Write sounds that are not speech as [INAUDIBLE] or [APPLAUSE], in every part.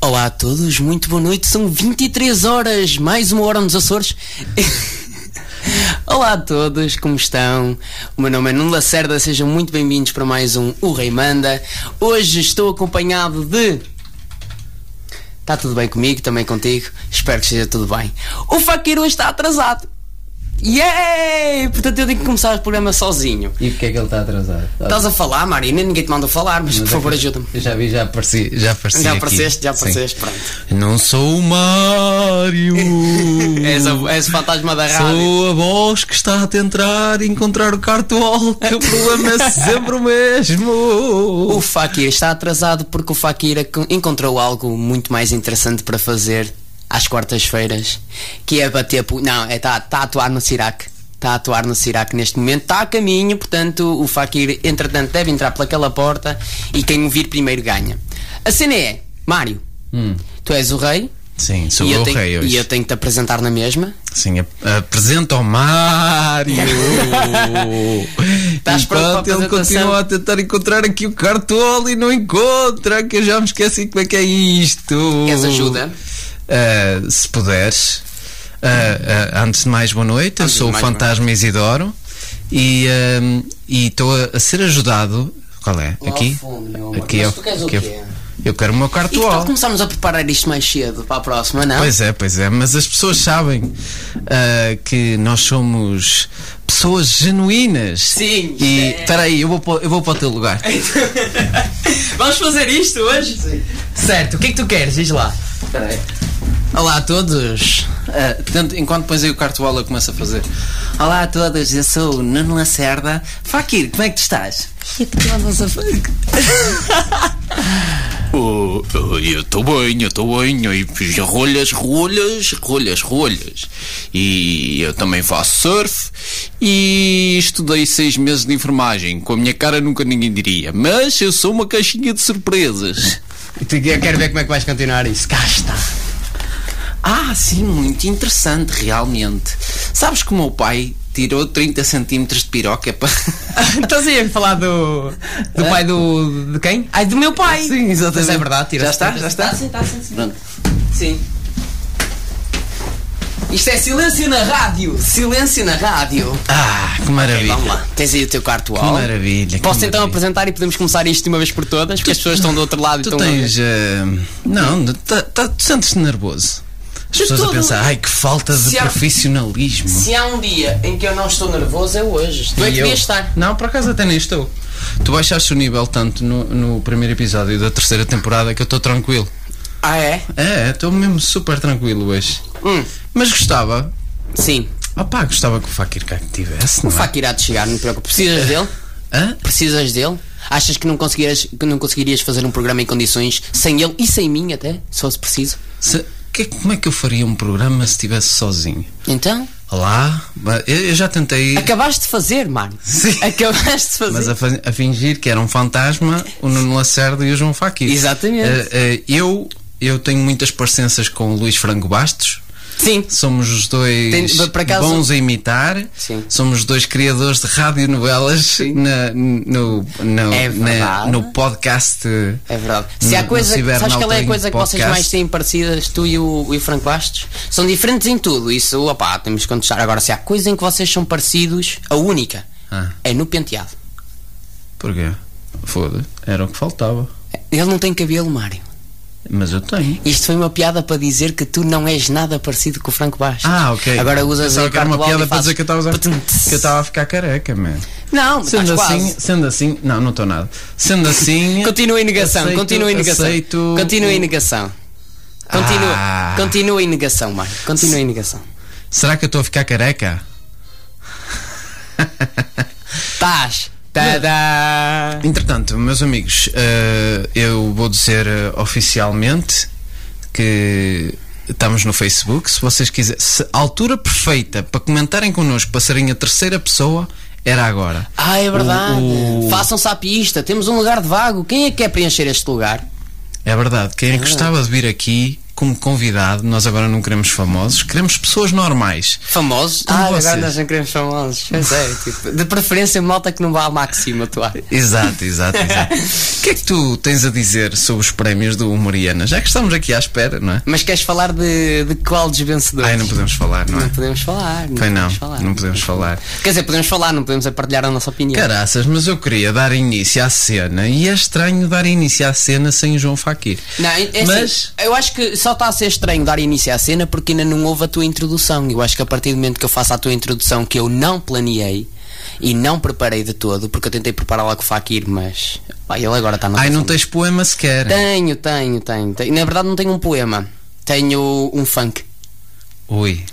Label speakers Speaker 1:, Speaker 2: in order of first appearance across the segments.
Speaker 1: Olá a todos, muito boa noite. São 23 horas, mais uma hora nos Açores. [LAUGHS] Olá a todos, como estão? O meu nome é Nuno Lacerda, sejam muito bem-vindos para mais um O Rei Manda. Hoje estou acompanhado de. Está tudo bem comigo, também contigo. Espero que esteja tudo bem. O Faqueiro hoje está atrasado. Yay! Portanto, eu tenho que começar o programa sozinho.
Speaker 2: E o que é que ele está atrasado?
Speaker 1: Estás a falar, Marina? Ninguém te manda falar, mas, por
Speaker 2: Mas é
Speaker 1: favor,
Speaker 2: que-
Speaker 1: ajuda-me.
Speaker 2: Eu Já vi, já apareci. Já, apareci
Speaker 1: Já
Speaker 2: aqui.
Speaker 1: apareceste, já
Speaker 2: Sim.
Speaker 1: apareceste, pronto.
Speaker 2: Não sou o Mário.
Speaker 1: [LAUGHS] És, a- és o fantasma da rádio.
Speaker 2: sou a voz que está a tentar encontrar o cartol. Que o problema é sempre
Speaker 1: [LAUGHS]
Speaker 2: o mesmo.
Speaker 1: O Fakir está atrasado porque o Fakir ac- encontrou algo muito mais interessante para fazer às quartas-feiras, que é bater pu- Não, está é, tá- tá a atuar no Sirac. Está a atuar no Sirac neste momento, está a caminho, portanto o Fakir, entretanto, deve entrar pelaquela porta e quem o vir primeiro ganha. A cena é, Mário, tu és o rei.
Speaker 2: Sim, Hum. sou
Speaker 1: e
Speaker 2: eu
Speaker 1: eu
Speaker 2: o
Speaker 1: tenho-
Speaker 2: rei hoje.
Speaker 1: E eu tenho que te apresentar na mesma.
Speaker 2: Sim, ap- apresenta ao Mário.
Speaker 1: [LAUGHS] Estás pronto para a
Speaker 2: Enquanto ele
Speaker 1: apresentação?
Speaker 2: continua a tentar encontrar aqui o cartol e não encontra, que eu já me esqueci como é que é isto.
Speaker 1: Queres ajuda?
Speaker 2: Ah, se puderes. Ah, ah, antes de mais, boa noite.
Speaker 1: Antes de
Speaker 2: eu sou o
Speaker 1: mais, boa
Speaker 2: Fantasma Isidoro e ah, e estou a- a, ser ajudado. Qual é?
Speaker 1: Lá ao
Speaker 2: aqui?
Speaker 1: fundo, meu amor.
Speaker 2: aqui
Speaker 1: Mas
Speaker 2: é
Speaker 1: tu queres o
Speaker 2: aqui é-
Speaker 1: quê?
Speaker 2: Eu quero o meu
Speaker 1: E que tal
Speaker 2: cartol.
Speaker 1: começarmos a preparar isto mais cedo para a próxima, não?
Speaker 2: Pois é, pois é, mas as pessoas sabem ah, que nós somos pessoas genuínas.
Speaker 1: Sim,
Speaker 2: E
Speaker 1: é.
Speaker 2: espera aí, eu vou, para, eu vou para o teu lugar. [LAUGHS]
Speaker 1: Vamos fazer isto hoje? Sim. Certo, o que é que tu queres? Diz lá. Espera aí.
Speaker 2: Olá a todos. Ah, portanto, enquanto pões aí o cartola, começa a fazer. Olá a todos, eu sou o Nuno Lacerda. Fakir, como é que tu estás?
Speaker 3: Oh, oh, eu estou bem, eu estou bem, eu fiz rolhas, rolhas, rolhas, rolhas. E eu também faço surf e estudei seis meses de enfermagem. Com a minha cara nunca ninguém diria, mas eu sou uma caixinha de surpresas.
Speaker 1: Eu quero ver como é que vais continuar isso. Cá está.
Speaker 3: Ah, sim, muito interessante, realmente. Sabes que o meu pai tirou 30 centímetros de piroca para.
Speaker 2: Então,
Speaker 4: Estás aí a falar do, do
Speaker 2: Ah.
Speaker 4: pai do. de quem? Ai, do meu pai! Sim, exatamente. Mas é verdade, tira
Speaker 1: Já está? Já está?
Speaker 4: Tá, Sim, está, sim, sim.
Speaker 3: Pronto.
Speaker 1: Sim. Isto é silêncio na rádio. Silêncio na rádio.
Speaker 2: Ah, que
Speaker 1: Ok,
Speaker 2: maravilha.
Speaker 1: vamos lá. Tens aí o teu quarto
Speaker 2: Que
Speaker 1: álbum.
Speaker 2: maravilha. que
Speaker 1: Posso então
Speaker 2: maravilha.
Speaker 1: apresentar e podemos começar isto de uma vez por todas? Porque as pessoas estão do outro lado e
Speaker 2: Tu
Speaker 1: estão.
Speaker 2: tens. ah, não, tá, tá, tu sentes-te nervoso. As
Speaker 1: De
Speaker 2: pessoas a
Speaker 1: todo.
Speaker 2: pensar, ai que falta de
Speaker 1: Se há-
Speaker 2: profissionalismo.
Speaker 1: Se há um dia em que eu não estou nervoso, é hoje. Tu é que
Speaker 2: E eu?
Speaker 1: devias estar.
Speaker 2: Não, por acaso até nem estou. Tu baixaste o nível tanto no, no primeiro episódio da terceira temporada que eu estou tranquilo.
Speaker 1: Ah, é?
Speaker 2: É, estou mesmo super tranquilo hoje.
Speaker 1: Hum.
Speaker 2: Mas gostava,
Speaker 1: Sim.
Speaker 2: opá, gostava que o Fakir cá que tivesse, não
Speaker 1: O
Speaker 2: é?
Speaker 1: Fakir há de chegar, não te preocupes. Precisas dele?
Speaker 2: Hã?
Speaker 1: Precisas dele? Achas que não, conseguirias, que não conseguirias fazer um programa em condições sem ele e sem mim até, se fosse preciso?
Speaker 2: Se- que- como é que eu faria um programa se estivesse sozinho?
Speaker 1: Então,
Speaker 2: Olá, ba- eu, eu já tentei,
Speaker 1: acabaste de fazer, mano.
Speaker 2: Sim.
Speaker 1: Acabaste de fazer.
Speaker 2: mas a, fa- a fingir que era um fantasma, o Nuno Lacerda e o João Fakir.
Speaker 1: Exatamente.
Speaker 2: Eh, eh, eu, eu tenho muitas parecenças com o Luís Franco Bastos.
Speaker 1: Sim.
Speaker 2: Somos os dois
Speaker 1: Tem- por acaso-
Speaker 2: bons a imitar.
Speaker 1: Sim.
Speaker 2: Somos os dois criadores de radionovelas na, no, no,
Speaker 1: É
Speaker 2: na-
Speaker 1: verdade.
Speaker 2: no podcast.
Speaker 1: É verdade. Se
Speaker 2: No-
Speaker 1: há coisa,
Speaker 2: no Ciber,
Speaker 1: sabes
Speaker 2: na
Speaker 1: qual é a
Speaker 2: altura Hum, um em
Speaker 1: coisa que vocês
Speaker 2: podcast.
Speaker 1: mais têm parecidas, tu e o, e o Franco Bastos? São diferentes em tudo, isso, opá, temos que contestar. Agora, se há coisa em que vocês são parecidos, a única
Speaker 2: Ah.
Speaker 1: é no penteado.
Speaker 2: Porquê? Foda, era o que faltava.
Speaker 1: Ele não tem cabelo, Mário.
Speaker 2: Mas eu tenho.
Speaker 1: Isto foi uma piada para dizer que tu não és nada parecido com o Franco Bastos.
Speaker 2: Ah, ok.
Speaker 1: Agora usas
Speaker 2: Pensava
Speaker 1: a
Speaker 2: que era uma
Speaker 1: Cartola
Speaker 2: piada
Speaker 1: e
Speaker 2: para dizer
Speaker 1: fazes
Speaker 2: que eu estava a usar-
Speaker 1: patum, [LAUGHS]
Speaker 2: que eu estava a ficar careca, man.
Speaker 1: Não, mas
Speaker 2: Sendo
Speaker 1: estás
Speaker 2: assim,
Speaker 1: quase.
Speaker 2: sendo assim, não, não estou nada. Sendo assim,
Speaker 1: [LAUGHS] Continua em negação,
Speaker 2: aceito-
Speaker 1: continua em negação.
Speaker 2: aceito
Speaker 1: Continua em
Speaker 2: o-
Speaker 1: negação. Continua,
Speaker 2: Ah.
Speaker 1: continua em negação, Mário. Continua em negação.
Speaker 2: Será que eu estou a ficar careca?
Speaker 1: Estás. Tadá.
Speaker 2: Entretanto, meus amigos, eh, eu vou dizer eh, oficialmente que estamos no Facebook. Se vocês quiserem, se a altura perfeita para comentarem connosco, para serem a terceira pessoa, era agora.
Speaker 1: Ah, é verdade.
Speaker 2: O- o-
Speaker 1: Façam-se à pista. Temos um lugar de vago. Quem é que quer preencher este lugar?
Speaker 2: É verdade. Quem gostava de vir aqui como convidado, nós agora não queremos famosos, queremos pessoas normais.
Speaker 1: Famosos?
Speaker 2: Como
Speaker 1: ah,
Speaker 2: vocês.
Speaker 1: agora nós não queremos famosos. Pois é, [LAUGHS] tipo, de preferência, malta que não vá ao máximo atuar.
Speaker 2: Exato,
Speaker 1: [LAUGHS]
Speaker 2: exato, exato. O que é que tu tens a dizer sobre os prémios do Humoriana? Já que estamos aqui à espera, não é?
Speaker 1: Mas queres falar de, de qual dos vencedores?
Speaker 2: Ai, não podemos falar, não é?
Speaker 1: Não podemos falar. Não
Speaker 2: Pois não,
Speaker 1: podemos falar.
Speaker 2: não podemos falar.
Speaker 1: Quer dizer, podemos falar, não podemos apartilhar a nossa opinião.
Speaker 2: Caraças, mas eu queria dar início à cena e é estranho dar início à cena sem o João Faquir.
Speaker 1: Não, é assim,
Speaker 2: Mas-
Speaker 1: eu acho que só está a ser estranho dar início à cena porque ainda não houve a tua introdução. Eu acho que a partir do momento que eu faço a tua introdução que eu não planeei e não preparei de todo, porque eu tentei prepará-la com o Fakir, mas pá, ele agora está na
Speaker 2: Ai, não
Speaker 1: confusão.
Speaker 2: tens poema sequer.
Speaker 1: Tenho, tenho, tenho, tenho. Na verdade não tenho um poema. Tenho um funk.
Speaker 2: Ui.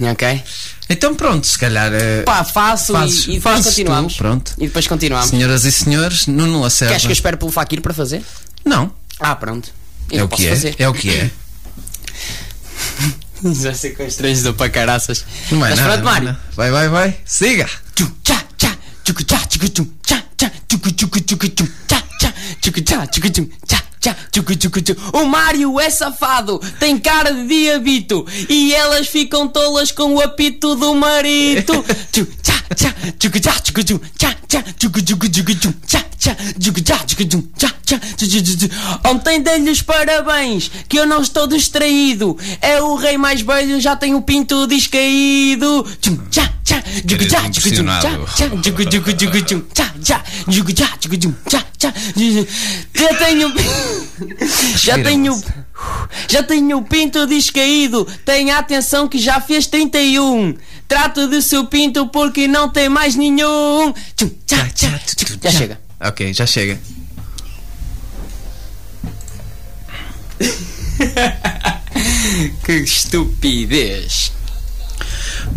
Speaker 1: Ok?
Speaker 2: Então pronto, se calhar. eh,
Speaker 1: Pá, faço
Speaker 2: Fazes-
Speaker 1: e, e depois
Speaker 2: fazes tu,
Speaker 1: continuamos.
Speaker 2: pronto.
Speaker 1: E depois continuamos.
Speaker 2: Senhoras e senhores, Nuno Lacerda.
Speaker 1: Queres que eu espero pelo Fakir para fazer?
Speaker 2: Não,
Speaker 1: Ah, pronto. Eu
Speaker 2: é
Speaker 1: não
Speaker 2: o que
Speaker 1: posso
Speaker 2: é.
Speaker 1: fazer.
Speaker 2: É o que
Speaker 1: [LAUGHS]
Speaker 2: é.
Speaker 1: Já sei que constrangido para caraças.
Speaker 2: Não é
Speaker 1: Mas
Speaker 2: nada.
Speaker 1: pronto,
Speaker 2: não é
Speaker 1: Mário.
Speaker 2: nada. Vai, vai, vai. Siga.
Speaker 1: Tchum, tchá, tchá, tchucu, tchá, tchucu, tchum, tchá, tchá, tchucu, tchucu, tchucu, tchum, tchá, tchá, tchucu, tchá, tchucu, tchum, tchá, tchá, tchucu, tchucu, tchum. O Mário é safado, tem cara de diabito E elas ficam tolas com o apito do marido Tchum, tchá, tchá, tchucu, tchá, tchucu, tchum, tchá, tchá, tchucu, tchucu, tchucu, tchum, tchá, tchá, tchucu, tchá, tchucu, tchum, tchá, tchá, tchu, tchu, tchu, tchu. Ontem dei-lhe os parabéns, que eu não estou distraído É o rei mais velho, já tem o pinto descaído Tchum, tchá, tchá, tchucu, tchá,
Speaker 2: Eres
Speaker 1: tchucu, tchum, tchá,
Speaker 2: impressionado.
Speaker 1: tchá, Tchucu, tchucu, tchucu, tchum, tchá, tchá, tchucu, tchá, tchucu, tchum, tchá, tchá, tchucu, tchum. Já tenho. [LAUGHS] Já tenho. Já tenho o pinto descaído. Tenha atenção que já fez 31. Trato do seu pinto porque não tem mais nenhum. Tchum, tchá, tchá, tchucu. Já chega.
Speaker 2: Ok, já chega.
Speaker 1: Que estupidez.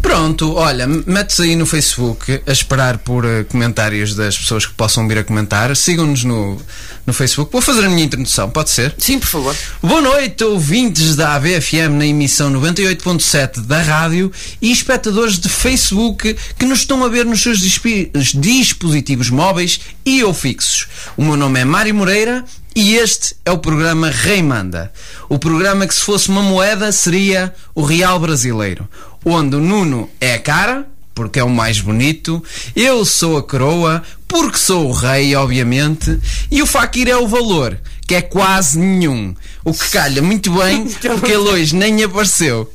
Speaker 2: Pronto, olha, m- metes aí no Facebook a esperar por eh, comentários das pessoas que possam vir a comentar. Sigam-nos no, no Facebook. Vou fazer a minha introdução, pode ser?
Speaker 1: Sim, por favor.
Speaker 2: Boa noite, ouvintes da AVFM na emissão 98.7 da rádio e espectadores de Facebook que nos estão a ver nos seus dispi- os dispositivos móveis e ou fixos. O meu nome é Mário Moreira e este é o programa Rei Manda. O programa que se fosse uma moeda seria o Real Brasileiro, onde o Nuno é a cara porque é o mais bonito. Eu sou a coroa, porque sou o rei, obviamente. E o Fakir é o valor, que é quase nenhum. O que calha muito
Speaker 1: [LAUGHS]
Speaker 2: bem,
Speaker 1: Então
Speaker 2: porque ele hoje nem apareceu.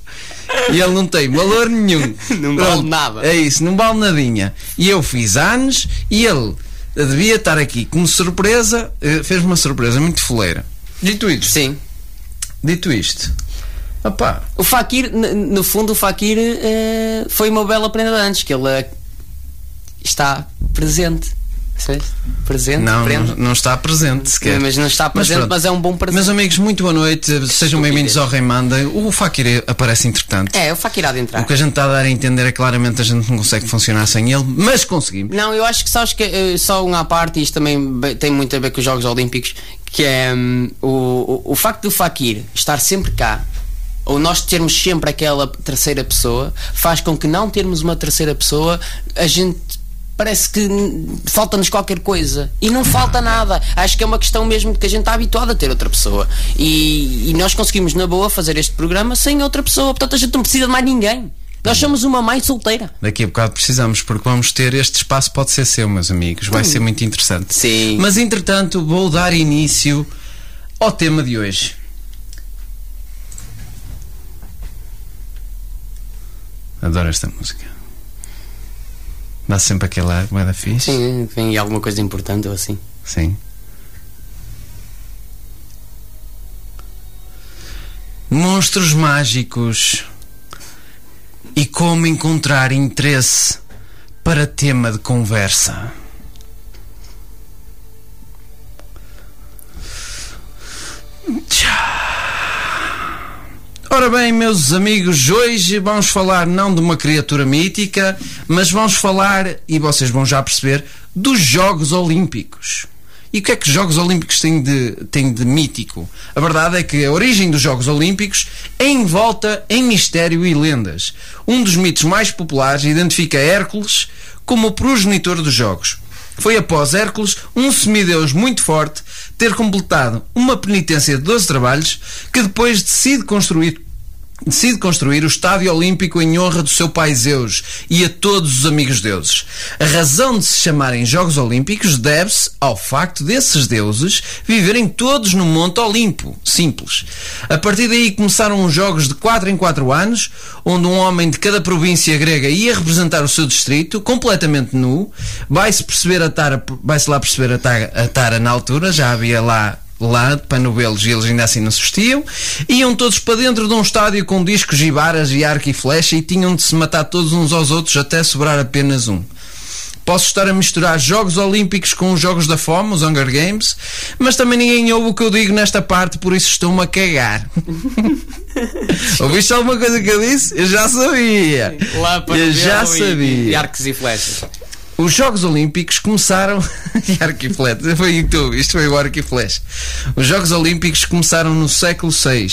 Speaker 2: E ele não tem valor nenhum.
Speaker 1: [LAUGHS] Não vale nada.
Speaker 2: É isso, não vale nadinha. E eu fiz anos e ele devia estar aqui como surpresa. eh, Fez-me uma surpresa muito foleira. Dito isto,
Speaker 1: Sim.
Speaker 2: dito isto. Opá,
Speaker 1: O Fakir, n- n- no fundo, o Fakir eh, foi uma bela prenda de antes, que ele eh, está presente. Percebeste? Presente,
Speaker 2: não,
Speaker 1: prenda.
Speaker 2: não, não está presente sequer.
Speaker 1: Mas não está presente,
Speaker 2: pronto.
Speaker 1: mas é um bom presente.
Speaker 2: Meus amigos, muito boa noite. Sejam bem-vindos ao Reimanda. O Fakir aparece entretanto.
Speaker 1: É, o Fakir há de entrar.
Speaker 2: O que a gente está a dar a entender é que claramente a gente não consegue funcionar sem ele, mas conseguimos.
Speaker 1: Não, eu acho que sabes que eh, só um à parte, isto também be- tem muito a ver com os Jogos Olímpicos, que é hum, o, o, o facto do Fakir estar sempre cá, ou nós termos sempre aquela terceira pessoa, faz com que não termos uma terceira pessoa, a gente parece que hum, falta-nos qualquer coisa. E não falta nada. Acho que é uma questão mesmo de que a gente está habituado a ter outra pessoa. E, e nós conseguimos, na boa, fazer este programa sem outra pessoa. Portanto, a gente não precisa de mais ninguém. Nós somos uma mãe solteira.
Speaker 2: Daqui a bocado precisamos, porque vamos ter este espaço, pode ser seu, meus amigos.
Speaker 1: Hum.
Speaker 2: Vai ser muito interessante.
Speaker 1: Sim.
Speaker 2: Mas entretanto, vou dar início ao tema de hoje. Adoro esta música. Dá sempre aquele ar, bué da fixe.
Speaker 1: Sim, tem alguma coisa importante ou assim.
Speaker 2: Sim. Monstros mágicos. E como encontrar interesse para tema de conversa. Tchá. Ora bem, meus amigos, hoje vamos falar não de uma criatura mítica, mas vamos falar, e vocês vão já perceber, dos Jogos Olímpicos. E o que é que os Jogos Olímpicos têm de, têm de mítico? A verdade é que a origem dos Jogos Olímpicos é envolta em mistério e lendas. Um dos mitos mais populares identifica Hércules como o progenitor dos Jogos. Foi após Hércules, um semideus muito forte, ter completado uma penitência de 12 trabalhos, que depois decide construir decide construir o Estádio Olímpico em honra do seu pai Zeus e a todos os amigos deuses. A razão de se chamarem Jogos Olímpicos deve-se ao facto desses deuses viverem todos no Monte Olimpo. Simples. A partir daí começaram os jogos de 4 em 4 anos, onde um homem de cada província grega ia representar o seu distrito, completamente nu. Vai-se perceber a tara, vai-se lá perceber a tara, a tara na altura, já havia lá lá para novelos e eles ainda assim não se vestiam. Iam todos para dentro de um estádio com discos e varas e arco e flecha e tinham de se matar todos uns aos outros até sobrar apenas um. Posso estar a misturar Jogos Olímpicos com os Jogos da Fome, os Hunger Games, mas também ninguém ouve o que eu digo nesta parte, por isso estou-me a cagar. Ouviste alguma coisa que eu disse? Eu já sabia.
Speaker 4: Lá para
Speaker 2: eu já
Speaker 4: novelo e-
Speaker 2: sabia.
Speaker 4: E arcos e flechas.
Speaker 2: Os Jogos Olímpicos começaram. [LAUGHS] e arco e flecha. Foi tu, isto foi o arco e flecha. Os Jogos Olímpicos começaram no século VI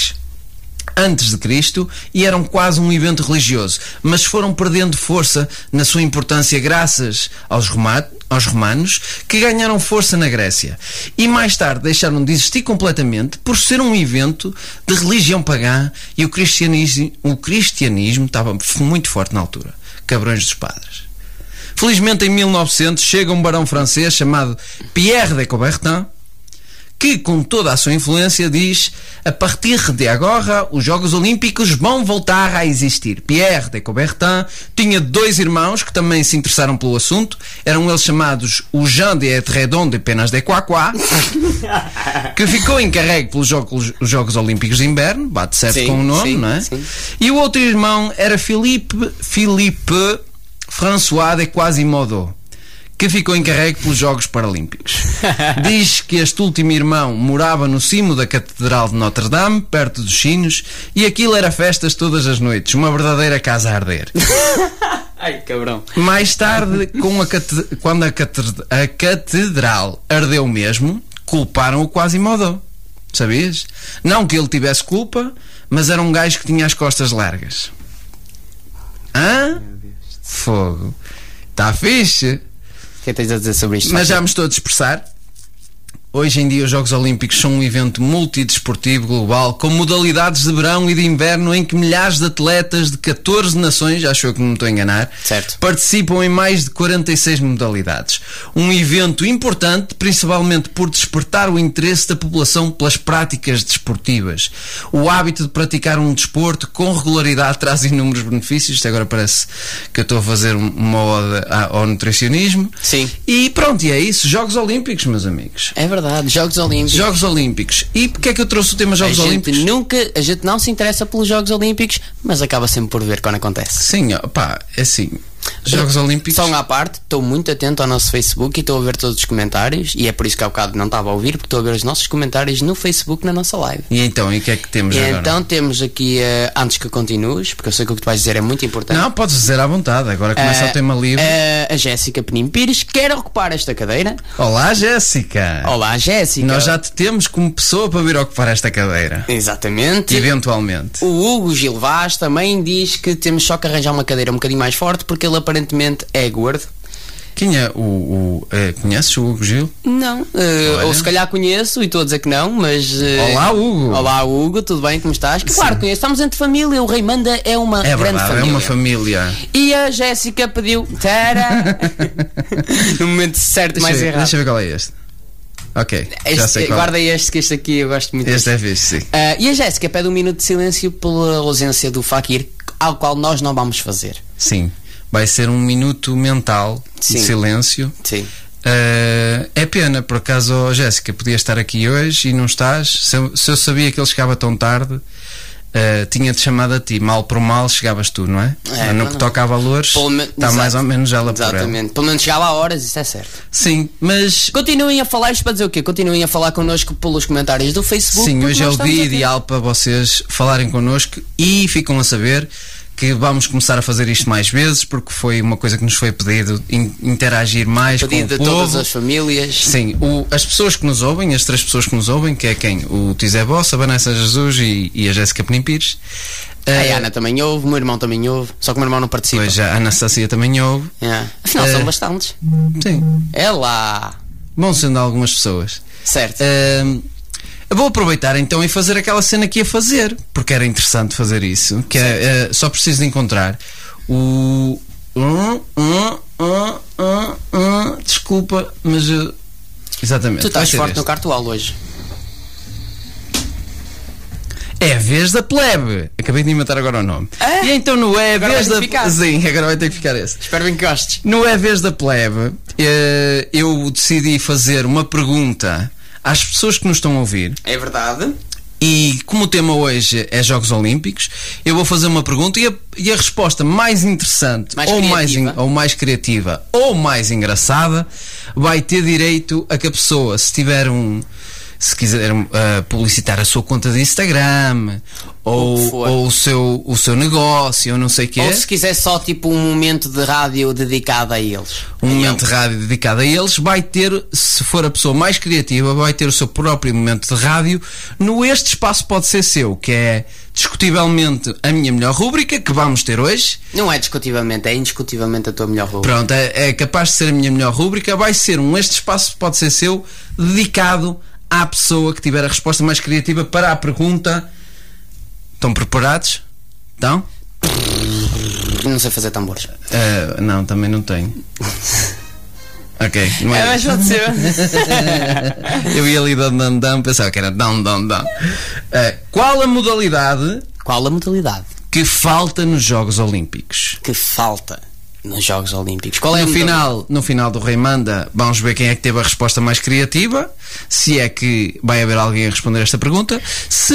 Speaker 2: antes de Cristo e eram quase um evento religioso, mas foram perdendo força na sua importância graças aos, roma- aos romanos que ganharam força na Grécia e mais tarde deixaram de existir completamente por ser um evento de religião pagã e o cristianismo, o cristianismo estava f- muito forte na altura. Cabrões dos padres. Felizmente, em 1900, chega um barão francês chamado Pierre de Coubertin, que, com toda a sua influência, diz: a partir de agora, os Jogos Olímpicos vão voltar a existir. Pierre de Coubertin tinha dois irmãos que também se interessaram pelo assunto. Eram eles chamados o Jean de Etredon de Penas de Quaquá, [LAUGHS] que ficou encarregue pelos Jogos, os Jogos Olímpicos de Inverno, bate certo
Speaker 1: Sim,
Speaker 2: com o nome,
Speaker 1: sim,
Speaker 2: não é?
Speaker 1: sim.
Speaker 2: E o outro irmão era Filipe, Filipe François de Quasimodo, que ficou encarregue pelos
Speaker 1: [LAUGHS]
Speaker 2: Jogos Paralímpicos. Diz que este último irmão morava no cimo da Catedral de Notre Dame, perto dos Sinos, e aquilo era festas todas as noites, uma verdadeira casa a arder.
Speaker 1: Ai, cabrão.
Speaker 2: Mais tarde, com a cate- quando a, cate- a catedral ardeu mesmo, culparam o Quasimodo. Sabias? Não que ele tivesse culpa, mas era um gajo que tinha as costas largas. Hã? Fogo. Está fixe.
Speaker 1: O que é que tens a dizer sobre isto?
Speaker 2: Mas já me estou a dispersar. Hoje em dia os Jogos Olímpicos são um evento multidesportivo global com modalidades de verão e de inverno em que milhares de atletas de 14 nações, acho eu que não me estou a enganar,
Speaker 1: Certo.
Speaker 2: participam em mais de 46 modalidades. Um evento importante, principalmente por despertar o interesse da população pelas práticas desportivas. O hábito de praticar um desporto com regularidade traz inúmeros benefícios. Isto agora parece que eu estou a fazer um- uma oda a- ao nutricionismo.
Speaker 1: Sim.
Speaker 2: E pronto, e é isso. Jogos Olímpicos, meus amigos.
Speaker 1: É verdade, Jogos Olímpicos.
Speaker 2: Jogos Olímpicos. E porque é que eu trouxe o tema Jogos
Speaker 1: a gente
Speaker 2: Olímpicos?
Speaker 1: nunca, a gente não se interessa pelos Jogos Olímpicos, mas acaba sempre por ver quando acontece.
Speaker 2: Sim, ó, pá, é assim. Jogos Olímpicos.
Speaker 1: Só um à parte, estou muito atento ao nosso Facebook e estou a ver todos os comentários, e é por isso que há bocado não estava a ouvir, porque estou a ver os nossos comentários no Facebook na nossa live.
Speaker 2: E então, e o que é que temos
Speaker 1: E
Speaker 2: agora?
Speaker 1: então temos aqui, eh, antes que continues, porque eu sei que o que tu vais dizer é muito importante.
Speaker 2: Não, podes dizer à vontade. Agora começa
Speaker 1: Eh,
Speaker 2: o tema livre.
Speaker 1: eh, a Jéssica Penim Pires quer ocupar esta cadeira.
Speaker 2: Olá, Jéssica.
Speaker 1: Olá, Jéssica.
Speaker 2: Nós já te temos como pessoa para vir ocupar esta cadeira.
Speaker 1: Exatamente.
Speaker 2: Eventualmente.
Speaker 1: O Hugo Gil Vaz também diz que temos só que arranjar uma cadeira um bocadinho mais forte porque ele aparentemente é gordo.
Speaker 2: Quem é o. o, eh, conheces o Hugo Gil?
Speaker 1: Não. Eh, ou se calhar conheço e estou a dizer que não, mas. eh,
Speaker 2: Olá, Hugo.
Speaker 1: Olá, Hugo, tudo bem? Como estás? Claro, conheço. Estamos entre família, o Reimanda é uma
Speaker 2: É
Speaker 1: grande
Speaker 2: verdade,
Speaker 1: família.
Speaker 2: é uma família.
Speaker 1: E a Jéssica pediu.
Speaker 2: [LAUGHS]
Speaker 1: Tara! no momento certo, mais
Speaker 2: deixa, eu ver-
Speaker 1: errado.
Speaker 2: deixa eu ver qual é este. Ok, já
Speaker 1: Este-
Speaker 2: sei qual. é.
Speaker 1: guarda este, que este aqui eu gosto muito.
Speaker 2: Este é fixe, sim.
Speaker 1: Ah, e a Jéssica pede um minuto de silêncio pela ausência do Fakir, ao qual nós não vamos fazer.
Speaker 2: Sim. Vai ser um minuto mental
Speaker 1: Sim.
Speaker 2: de silêncio.
Speaker 1: Sim.
Speaker 2: Eh, é pena, por acaso, oh, Jéssica, podia estar aqui hoje e não estás. Se eu, se eu sabia que ele chegava tão tarde, eh, tinha-te chamado a ti. Mal por mal chegavas tu, não é?
Speaker 1: É,
Speaker 2: no
Speaker 1: não,
Speaker 2: que
Speaker 1: não.
Speaker 2: toca a valores,
Speaker 1: Pelo me-
Speaker 2: está
Speaker 1: Exato.
Speaker 2: Tá mais ou menos ela por ela.
Speaker 1: Exatamente. Pelo menos chegava a horas, isso é certo.
Speaker 2: Sim, mas
Speaker 1: Continuem a falar, isto para dizer o quê? Continuem a falar connosco pelos comentários do Facebook.
Speaker 2: sim,
Speaker 1: porque
Speaker 2: hoje é
Speaker 1: nós
Speaker 2: o
Speaker 1: estamos
Speaker 2: dia
Speaker 1: a ver.
Speaker 2: ideal para vocês falarem connosco e ficam a saber que vamos começar a fazer isto mais vezes porque foi uma coisa que nos foi pedido in- interagir mais
Speaker 1: um Pedido a
Speaker 2: com o
Speaker 1: todas
Speaker 2: povo.
Speaker 1: as famílias.
Speaker 2: Sim, o- as pessoas que nos ouvem, as três pessoas que nos ouvem, que é quem? O Tizé Bossa, a Vanessa Jesus e, e a Jéssica Penim Pires,
Speaker 1: A Ana também ouve, o meu irmão também ouve, só que o meu irmão não participa.
Speaker 2: Pois a Anastasia também ouve.
Speaker 1: Yeah. Afinal,
Speaker 2: Eh.
Speaker 1: são bastantes.
Speaker 2: Sim.
Speaker 1: É lá.
Speaker 2: Vão sendo algumas pessoas.
Speaker 1: Certo.
Speaker 2: É. Ahm, eu vou aproveitar então e fazer aquela cena que ia fazer, porque era interessante fazer isso. Que é, ah, só preciso de encontrar o. Hum, hum, hum, hum, hum, desculpa, mas. eu- Exatamente.
Speaker 1: tu
Speaker 2: vai
Speaker 1: estás
Speaker 2: ser
Speaker 1: forte no
Speaker 2: este.
Speaker 1: cartual hoje.
Speaker 2: É a vez da plebe. Acabei de inventar agora o nome.
Speaker 1: Ah,
Speaker 2: e então no é a
Speaker 1: agora
Speaker 2: vez
Speaker 1: vai
Speaker 2: da.
Speaker 1: ter que ficar.
Speaker 2: Sim, agora vai ter que ficar esse.
Speaker 1: Espero bem que gostes.
Speaker 2: No É Vez da Plebe, eh, eu decidi fazer uma pergunta às pessoas que nos estão a ouvir.
Speaker 1: É verdade.
Speaker 2: E como o tema hoje é Jogos Olímpicos, eu vou fazer uma pergunta e a, e a resposta mais interessante,
Speaker 1: Mais
Speaker 2: ou, mais,
Speaker 1: criativa.
Speaker 2: en- ou mais criativa, ou mais engraçada, vai ter direito a que a pessoa, se tiver um. Se quiser eh, publicitar a sua conta de Instagram,
Speaker 1: O que
Speaker 2: ou,
Speaker 1: for.
Speaker 2: ou o, seu, o seu negócio, ou não sei o quê.
Speaker 1: Ou se quiser só tipo um momento de rádio dedicado a eles.
Speaker 2: um
Speaker 1: Aí é
Speaker 2: momento de rádio dedicado a eles, vai ter, se for a pessoa mais criativa, vai ter o seu próprio momento de rádio no Este Espaço Pode Ser Seu, que é discutivelmente a minha melhor rúbrica que vamos ter hoje.
Speaker 1: Não é discutivelmente, é indiscutivelmente a tua melhor roupa.
Speaker 2: Pronto, é, é capaz de ser a minha melhor rúbrica, vai ser um Este Espaço Pode Ser Seu dedicado à pessoa que tiver a resposta mais criativa para a pergunta. Estão preparados? Estão?
Speaker 1: Não sei fazer tambores.
Speaker 2: Ah, não, também não tenho. ok, não é.
Speaker 1: pode ser.
Speaker 2: [LAUGHS] Eu ia ali dando dão, dão, pensava que era dão, dão, dão. Eh, qual a modalidade
Speaker 1: Qual a modalidade
Speaker 2: que falta nos Jogos Olímpicos?
Speaker 1: que falta nos Jogos Olímpicos? Qual é a
Speaker 2: No
Speaker 1: modalidade?
Speaker 2: final, no final do Rei Manda, vamos ver quem é que teve a resposta mais criativa. Se é que vai haver alguém a responder esta pergunta. Se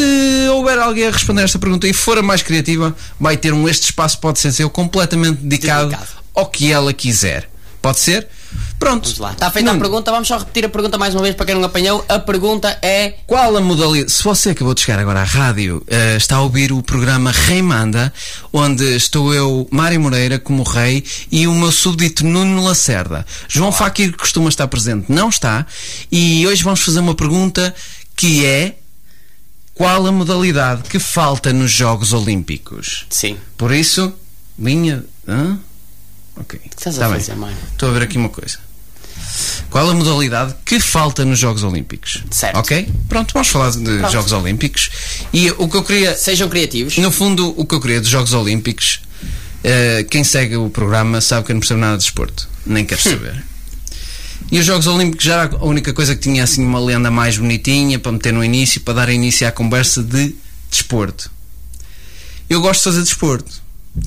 Speaker 2: houver alguém a responder esta pergunta e for a mais criativa, vai ter um Este Espaço Pode Ser Seu completamente dedicado,
Speaker 1: Dedicado.
Speaker 2: ao que ela quiser. Pode ser? Pronto.
Speaker 1: Vamos lá. Está feita a
Speaker 2: Nuno,
Speaker 1: pergunta, vamos só repetir a pergunta mais uma vez para quem não apanhou. A pergunta é.
Speaker 2: Qual a modalidade? Se você acabou de chegar agora à rádio, eh, está a ouvir o programa Rei Manda, onde estou eu, Mário Moreira, como rei, e o meu súbdito Nuno Lacerda. João Fakir costuma estar presente, não está, e hoje vamos fazer uma pergunta que é qual a modalidade que falta nos Jogos Olímpicos?
Speaker 1: Sim.
Speaker 2: Por isso, linha. Hã? Ok.
Speaker 1: O que estás
Speaker 2: Tá
Speaker 1: a
Speaker 2: bem.
Speaker 1: fazer, mano?
Speaker 2: Estou a ver aqui uma coisa. Qual a modalidade que falta nos Jogos Olímpicos?
Speaker 1: Certo.
Speaker 2: Ok? Pronto, vamos falar de Jogos Olímpicos. E o que eu queria.
Speaker 1: Sejam criativos.
Speaker 2: No fundo, o que eu queria dos Jogos Olímpicos. eh, quem segue o programa sabe que eu não percebo nada de desporto. Nem quero saber. E os Jogos Olímpicos já era a única coisa que tinha assim uma lenda mais bonitinha para meter no início, para dar início à conversa de desporto. Eu gosto de fazer desporto.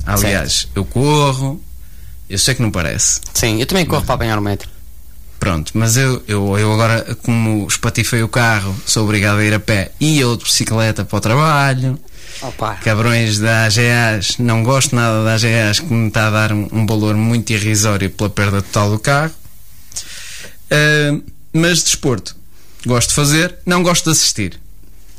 Speaker 2: Aliás, eu corro. Eu sei que não parece.
Speaker 1: Sim, eu também corro para apanhar o metro.
Speaker 2: Pronto, mas eu, eu, eu agora, como espatifei o carro, sou obrigado a ir a pé e outro bicicleta para o trabalho.
Speaker 1: Opa.
Speaker 2: Cabrões da AGAs, não gosto nada da AGAs que me está a dar um, um valor muito irrisório pela perda total do carro. Ah, mas desporto, gosto de fazer, não gosto de assistir.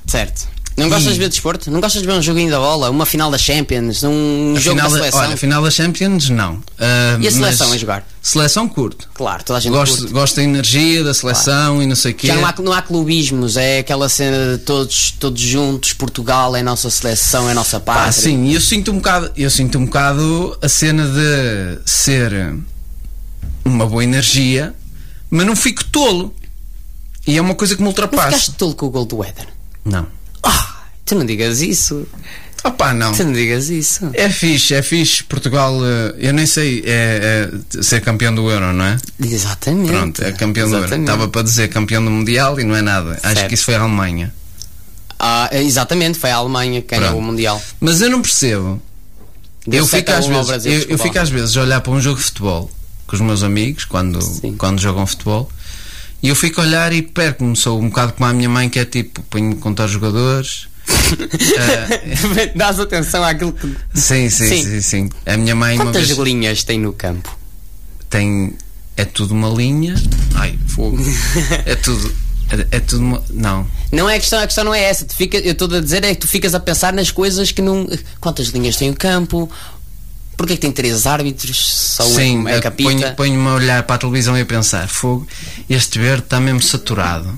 Speaker 1: Certo. Não gostas de ver desporto? Não gostas de ver um joguinho da bola? Uma final da Champions? Um jogo
Speaker 2: final,
Speaker 1: da seleção?
Speaker 2: Olha, final da Champions, não. Ah,
Speaker 1: E a
Speaker 2: mas
Speaker 1: seleção a jogar?
Speaker 2: Seleção curto.
Speaker 1: Claro, toda a gente
Speaker 2: Gosto,
Speaker 1: curte.
Speaker 2: gosto da energia da seleção e não sei o quê.
Speaker 1: Já não há, não há clubismos, é aquela cena de todos, todos juntos, Portugal é a nossa seleção, é a nossa
Speaker 2: Pá,
Speaker 1: pátria.
Speaker 2: Ah, sim, eu sinto um bocado, eu sinto um bocado a cena de ser uma boa energia, mas não fico tolo. E é uma coisa que me
Speaker 1: Não
Speaker 2: ultrapassa.
Speaker 1: ficaste tolo com o gol do Éder?
Speaker 2: Não.
Speaker 1: Ah, tu não digas isso.
Speaker 2: Opá, não.
Speaker 1: Tu não digas isso.
Speaker 2: É fixe, é fixe. Portugal, eh, eu nem sei, é, é ser campeão do Euro, não é?
Speaker 1: Exatamente.
Speaker 2: Pronto, é campeão do Euro.
Speaker 1: Exatamente.
Speaker 2: Estava para dizer campeão do Mundial e não é nada. Acho
Speaker 1: Certo.
Speaker 2: que isso foi a Alemanha.
Speaker 1: Ah, exatamente, foi a Alemanha que ganhou
Speaker 2: Pronto.
Speaker 1: o Mundial.
Speaker 2: Mas eu não percebo.
Speaker 1: Deu
Speaker 2: eu
Speaker 1: sete
Speaker 2: fico,
Speaker 1: a
Speaker 2: às
Speaker 1: um ao
Speaker 2: vezes,
Speaker 1: Brasil,
Speaker 2: eu- eu,
Speaker 1: desculpa.
Speaker 2: fico às vezes a olhar para um jogo de futebol com os meus amigos quando,
Speaker 1: Sim.
Speaker 2: quando jogam futebol e eu fico a olhar e perco-me. Sou um bocado como a minha mãe que é tipo, ponho-me a contar os jogadores.
Speaker 1: [LAUGHS] Dás atenção àquilo que.
Speaker 2: Sim, sim,
Speaker 1: Sim.
Speaker 2: sim, sim. A minha mãe uma
Speaker 1: Quantas
Speaker 2: vez
Speaker 1: linhas tem no campo?
Speaker 2: tem. É tudo uma linha. Ai,
Speaker 1: [LAUGHS]
Speaker 2: fogo. é tudo. É, é tudo uma. Não.
Speaker 1: Não é a questão, a questão não é essa. Tu fica, eu estou a dizer é que tu ficas a pensar nas coisas que não. Quantas linhas tem o campo? Porquê que tem três árbitros? Só
Speaker 2: Sim,
Speaker 1: um é
Speaker 2: eu
Speaker 1: capita?
Speaker 2: ponho- ponho-me a olhar para a televisão e a pensar: fogo, este verde está
Speaker 1: [LAUGHS]
Speaker 2: mesmo saturado.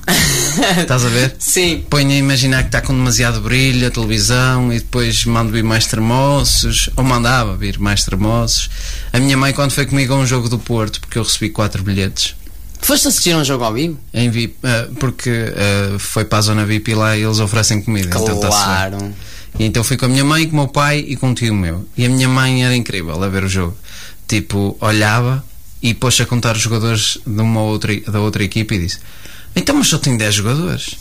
Speaker 2: Estás a ver?
Speaker 1: Sim.
Speaker 2: Ponho a imaginar que está com demasiado brilho a televisão e depois mando vir mais termoços, ou mandava vir mais termoços. A minha mãe, quando foi comigo a um jogo do Porto, porque eu recebi quatro bilhetes,
Speaker 1: Foste assistir a um jogo ao vivo?
Speaker 2: em VIP, ah, porque ah, foi para a zona VIP e lá eles oferecem comida. Então está-se bem.
Speaker 1: claro.
Speaker 2: E então fui com a minha mãe, com o meu pai e com um tio meu. E a minha mãe era incrível a ver o jogo. Tipo, olhava e pôs-se a contar os jogadores de uma outra, da outra equipa e disse: Então, mas só tenho 10 jogadores.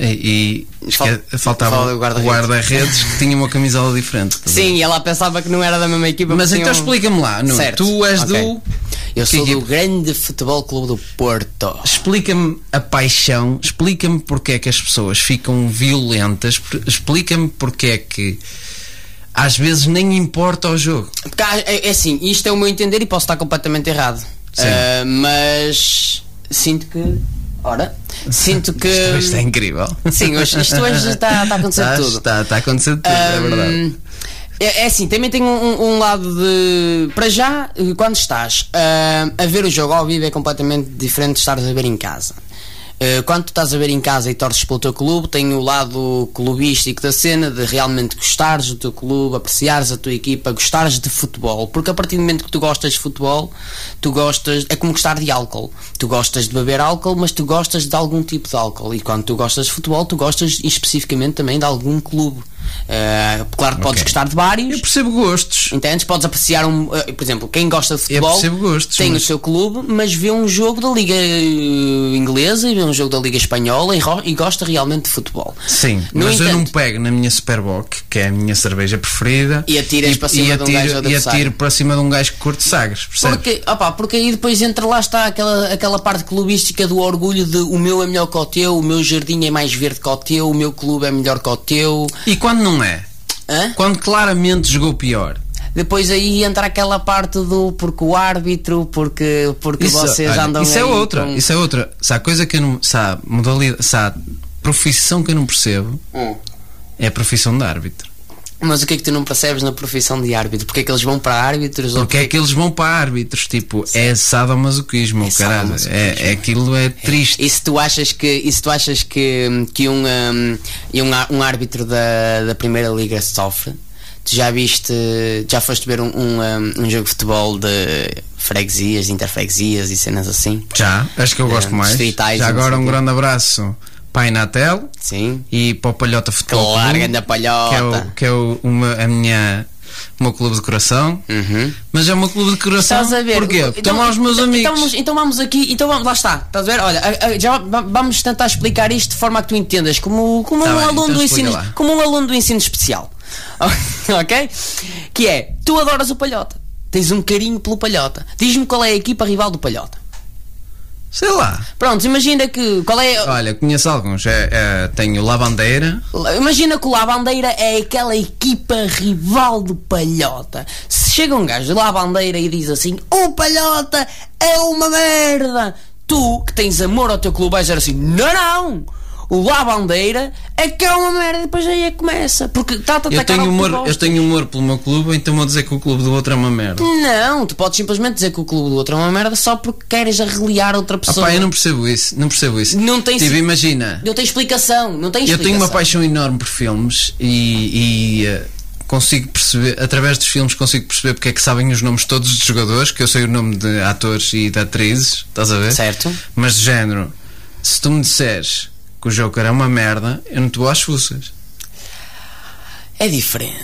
Speaker 2: E, e
Speaker 1: Fal-
Speaker 2: esque- faltava
Speaker 1: fala do
Speaker 2: o
Speaker 1: guarda-redes.
Speaker 2: guarda-redes que tinha uma camisola diferente. tá
Speaker 1: Sim, e ela pensava que não era da mesma equipa.
Speaker 2: bem? Mas
Speaker 1: porque
Speaker 2: então
Speaker 1: tinha um-
Speaker 2: explica-me lá, Nuno.
Speaker 1: Certo.
Speaker 2: Tu és
Speaker 1: Ok.
Speaker 2: do. é?
Speaker 1: Eu
Speaker 2: que
Speaker 1: sou do
Speaker 2: equipa?
Speaker 1: Grande Futebol Clube do Porto.
Speaker 2: Explica-me a paixão, explica-me porque é que as pessoas ficam violentas, por- explica-me porque é que às vezes nem importa o jogo.
Speaker 1: Porque há- é, é assim, isto é o meu entender e posso estar completamente errado.
Speaker 2: Sim.
Speaker 1: Ah, mas sinto que.
Speaker 2: [LAUGHS]
Speaker 1: Ora, sinto que.
Speaker 2: Isto, isto é incrível.
Speaker 1: Sim, hoje- isto hoje está- está a acontecer
Speaker 2: Está-
Speaker 1: Tá, tudo.
Speaker 2: Está, está a acontecer tudo, é
Speaker 1: Hum,
Speaker 2: verdade.
Speaker 1: É, é assim, também tem um, um- um lado de. Para já, eh, quando estás ah, a ver o jogo ao vivo é completamente diferente de estares a ver em casa. Eh, Quando tu estás a ver em casa e torces pelo teu clube, tem o lado clubístico da cena de realmente gostares do teu clube, apreciares a tua equipa, gostares de futebol. Porque a partir do momento que tu gostas de futebol, tu gostas. É como gostar de álcool. Tu gostas de beber álcool, mas tu gostas de algum tipo de álcool. E quando tu gostas de futebol, tu gostas especificamente também de algum clube. Eh, claro que podes
Speaker 2: Ok.
Speaker 1: gostar de vários.
Speaker 2: Eu percebo gostos.
Speaker 1: Entendes? Podes apreciar um. eh, Por exemplo, quem gosta de futebol
Speaker 2: percebo gostos,
Speaker 1: tem
Speaker 2: mas-
Speaker 1: o seu clube, mas vê um jogo da Liga eh, Inglesa e vê um jogo da Liga Espanhola e, ro- e gosta realmente de futebol.
Speaker 2: Sim,
Speaker 1: No
Speaker 2: mas eu não
Speaker 1: entanto,
Speaker 2: pego na minha Superboc, que é a minha cerveja preferida,
Speaker 1: E atiras para cima
Speaker 2: e
Speaker 1: de um gajo
Speaker 2: atiro- e
Speaker 1: adversário.
Speaker 2: atiro para cima de um gajo que curte sagres, percebes?
Speaker 1: Porque, opá, porque aí depois entra lá está aquela, aquela parte clubística do orgulho de o meu é melhor que o teu, o meu jardim é mais verde que o teu, o meu clube é melhor que o teu.
Speaker 2: E quando não é?
Speaker 1: Hã?
Speaker 2: Quando claramente jogou pior.
Speaker 1: Depois aí entra aquela parte do porque o árbitro, porque, porque vocês
Speaker 2: olha,
Speaker 1: andam
Speaker 2: isso
Speaker 1: aí
Speaker 2: é outra,
Speaker 1: com-
Speaker 2: isso é outra. Se há coisa que eu não. Se há modalidade, se há profissão que eu não percebo,
Speaker 1: Hum.
Speaker 2: é a profissão de árbitro.
Speaker 1: Mas o que é que tu não percebes na profissão de árbitro? Porque é que eles vão para árbitros? ou
Speaker 2: Porque é que eles vão para árbitros, tipo, é sadomasoquismo,
Speaker 1: É
Speaker 2: caralho.
Speaker 1: sadomasoquismo.
Speaker 2: É, é aquilo é triste.
Speaker 1: E se tu achas que, e se tu achas que, que um, um, e um, á- um árbitro da, da Primeira Liga sofre? Tu já viste, já foste ver um, um, um, um jogo de futebol de freguesias, de interfreguesias e cenas assim?
Speaker 2: Já, acho que eu gosto
Speaker 1: É,
Speaker 2: mais.
Speaker 1: distritais,
Speaker 2: Já
Speaker 1: não
Speaker 2: agora
Speaker 1: sei
Speaker 2: um
Speaker 1: quê.
Speaker 2: grande abraço para a Inatel
Speaker 1: Sim.
Speaker 2: e para o Palhota Futebol
Speaker 1: Claro,
Speaker 2: Clube,
Speaker 1: grande
Speaker 2: que é, o,
Speaker 1: palhota.
Speaker 2: que é o, o meu- a minha, o meu clube de coração.
Speaker 1: Uhum.
Speaker 2: Mas é o meu clube de coração.
Speaker 1: Estás a ver?
Speaker 2: Porquê?
Speaker 1: Então,
Speaker 2: Porque estão lá os meus
Speaker 1: então-
Speaker 2: amigos.
Speaker 1: Então, vamos- então vamos aqui, então vamos, lá está, estás a ver? Olha, a- a- já va- vamos tentar explicar isto de forma a que tu entendas, como, como,
Speaker 2: Tá
Speaker 1: um,
Speaker 2: bem,
Speaker 1: aluno
Speaker 2: então
Speaker 1: do
Speaker 2: explica
Speaker 1: ensino,
Speaker 2: lá.
Speaker 1: como um aluno do ensino especial. [LAUGHS] ok? Que é, tu adoras o Palhota, tens um carinho pelo Palhota. Diz-me qual é a equipa rival do Palhota.
Speaker 2: Sei lá.
Speaker 1: Pronto, imagina que. Qual é.
Speaker 2: Olha, conheço alguns. É, é, tenho Lavandeira.
Speaker 1: Imagina que o Lavandeira é aquela equipa rival do Palhota. Se chega um gajo de Lavandeira e diz assim: O Palhota é uma merda. Tu, que tens amor ao teu clube, vais dizer assim: Não, não. O Lavandeira é que é uma merda. E depois aí é que começa. Porque está-te a
Speaker 2: Eu
Speaker 1: atacar
Speaker 2: tenho,
Speaker 1: ao que tu
Speaker 2: humor, eu
Speaker 1: gostas.
Speaker 2: tenho humor pelo meu clube, então vou dizer que o clube do outro é uma merda.
Speaker 1: Não, tu podes simplesmente dizer que o clube do outro é uma merda só porque queres arreliar outra
Speaker 2: Ah,
Speaker 1: pessoa.
Speaker 2: pá, eu não percebo isso. Não percebo isso.
Speaker 1: Não tem
Speaker 2: tipo,
Speaker 1: si-
Speaker 2: imagina.
Speaker 1: Não tem explicação. Não tem
Speaker 2: Eu
Speaker 1: explicação.
Speaker 2: tenho uma paixão enorme por filmes e, e, eh, consigo perceber, através dos filmes, consigo perceber porque é que sabem os nomes todos dos jogadores, que eu sei o nome de atores e de atrizes, estás a ver?
Speaker 1: Certo.
Speaker 2: Mas de género, se tu me disseres que o Joker é uma merda, eu não te vou às fuças.
Speaker 1: É diferente.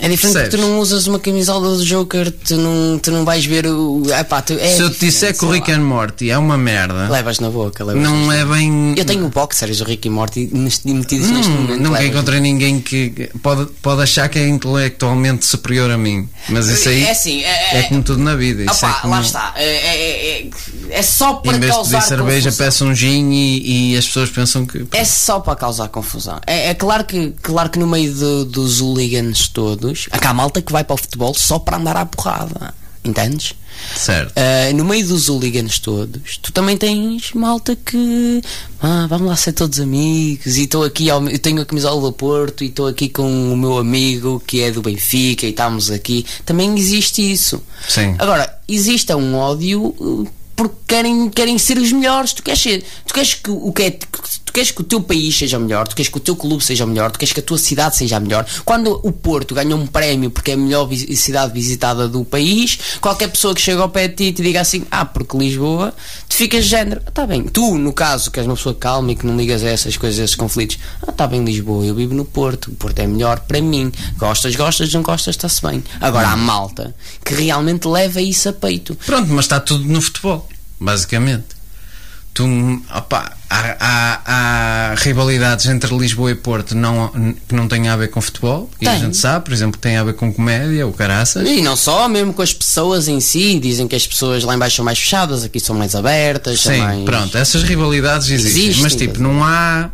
Speaker 1: É diferente
Speaker 2: Percebes?
Speaker 1: porque tu não usas uma camisola do Joker, tu não, tu não vais ver o. Ah, pá, tu, é
Speaker 2: se eu te
Speaker 1: diferente,
Speaker 2: disser que o
Speaker 1: sei
Speaker 2: Rick
Speaker 1: lá.
Speaker 2: and Morty é uma merda,
Speaker 1: Levas na boca, levas
Speaker 2: não
Speaker 1: na
Speaker 2: é bem.
Speaker 1: Eu tenho boxers do Rick e Morty neste- metidos neste
Speaker 2: Não,
Speaker 1: momento.
Speaker 2: Hum, nunca
Speaker 1: levas.
Speaker 2: encontrei ninguém que que pode, pode achar que é intelectualmente superior a mim. Mas isso aí
Speaker 1: É assim, é- é-
Speaker 2: como tudo na vida.
Speaker 1: Ah,
Speaker 2: isso é
Speaker 1: pá,
Speaker 2: como-
Speaker 1: lá está. É, é, é, é só para
Speaker 2: Em vez de
Speaker 1: causar.
Speaker 2: pedir cerveja,
Speaker 1: confusão.
Speaker 2: peço um gin e, e as pessoas pensam que.
Speaker 1: É só para causar confusão. É, é claro, que, claro que no é meio do- dos hooligans todos, há cá malta que vai para o futebol só para andar à porrada. Entendes?
Speaker 2: Certo.
Speaker 1: Ah, no meio dos hooligans todos, tu também tens malta que ah, vamos lá ser todos amigos. E estou aqui, ao, eu tenho a camisola do Porto e estou aqui com o meu amigo que é do Benfica e estamos aqui. Também existe isso.
Speaker 2: Sim.
Speaker 1: Agora, existe um ódio uh, porque querem, querem ser os melhores. Tu queres, ser- tu queres que o que é- tu queres que o teu país seja melhor, tu queres que o teu clube seja melhor, tu queres que a tua cidade seja melhor. Quando o Porto ganha um prémio porque é a melhor vi- cidade visitada do país, qualquer pessoa que chega ao pé de ti e te diga assim, ah, porque Lisboa, tu ficas de género, está bem. Tu, no caso, que és uma pessoa calma e que não ligas a essas coisas, a esses conflitos, ah, está bem Lisboa, eu vivo no Porto, o Porto é melhor para mim. Gostas, gostas, não gostas, está-se bem. Agora há malta que realmente leva isso a peito.
Speaker 2: Pronto, mas está tudo no futebol, basicamente. Tu, opá, há, há- há rivalidades entre Lisboa e Porto não, que não têm a ver com futebol, e a
Speaker 1: Tem.
Speaker 2: gente sabe, por exemplo, que tem a ver com comédia, o caraças.
Speaker 1: E não só, mesmo com as pessoas em si, dizem que as pessoas lá em baixo são mais fechadas, aqui são mais abertas, são
Speaker 2: Sim,
Speaker 1: mais-
Speaker 2: pronto, essas rivalidades existem,
Speaker 1: Existem,
Speaker 2: mas
Speaker 1: quer
Speaker 2: tipo,
Speaker 1: dizer.
Speaker 2: não há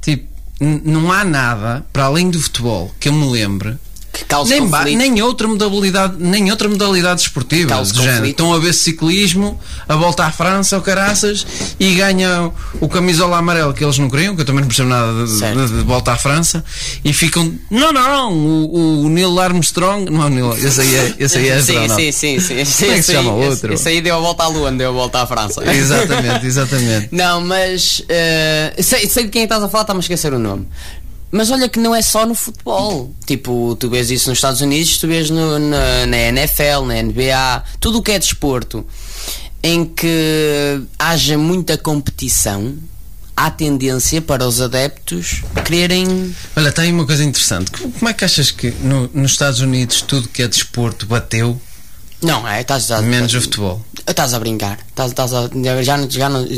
Speaker 2: tipo, n- não há nada para além do futebol que eu me lembre.
Speaker 1: que causa
Speaker 2: Nem, ba-
Speaker 1: conflito.
Speaker 2: nem outra modalidade, nem outra modalidade esportiva.
Speaker 1: Causa
Speaker 2: do género.
Speaker 1: conflito.
Speaker 2: Estão a ver ciclismo, a volta à França, o caraças, e ganham o camisola amarelo que eles não queriam, que eu também não percebo nada de,
Speaker 1: Certo.
Speaker 2: de- de volta à França, e ficam. Não, não, o, o Neil Armstrong. Não, é o Neil, esse aí é, esse aí
Speaker 1: [LAUGHS]
Speaker 2: é
Speaker 1: sim,
Speaker 2: astronauta.
Speaker 1: sim, sim, sim. Esse,
Speaker 2: Como é que se
Speaker 1: esse aí-
Speaker 2: chama o
Speaker 1: esse-
Speaker 2: outro?
Speaker 1: Esse aí deu a volta à Lua, não deu a volta à França.
Speaker 2: [LAUGHS] Exatamente, exatamente.
Speaker 1: Não, mas eh, sei, sei de quem estás a falar, está-me a esquecer o nome. Mas olha que não é só no futebol. Tipo, tu vês isso nos Estados Unidos, tu vês no- na, na NFL, na NBA, tudo o que é desporto em que haja muita competição, há tendência para os adeptos quererem.
Speaker 2: Olha, tem uma coisa interessante. Como como é que achas que no- nos Estados Unidos tudo que é desporto bateu,
Speaker 1: Não, é, estás, estás,
Speaker 2: menos o futebol?
Speaker 1: estás a brincar. Estás, estás a, já, não- já, não-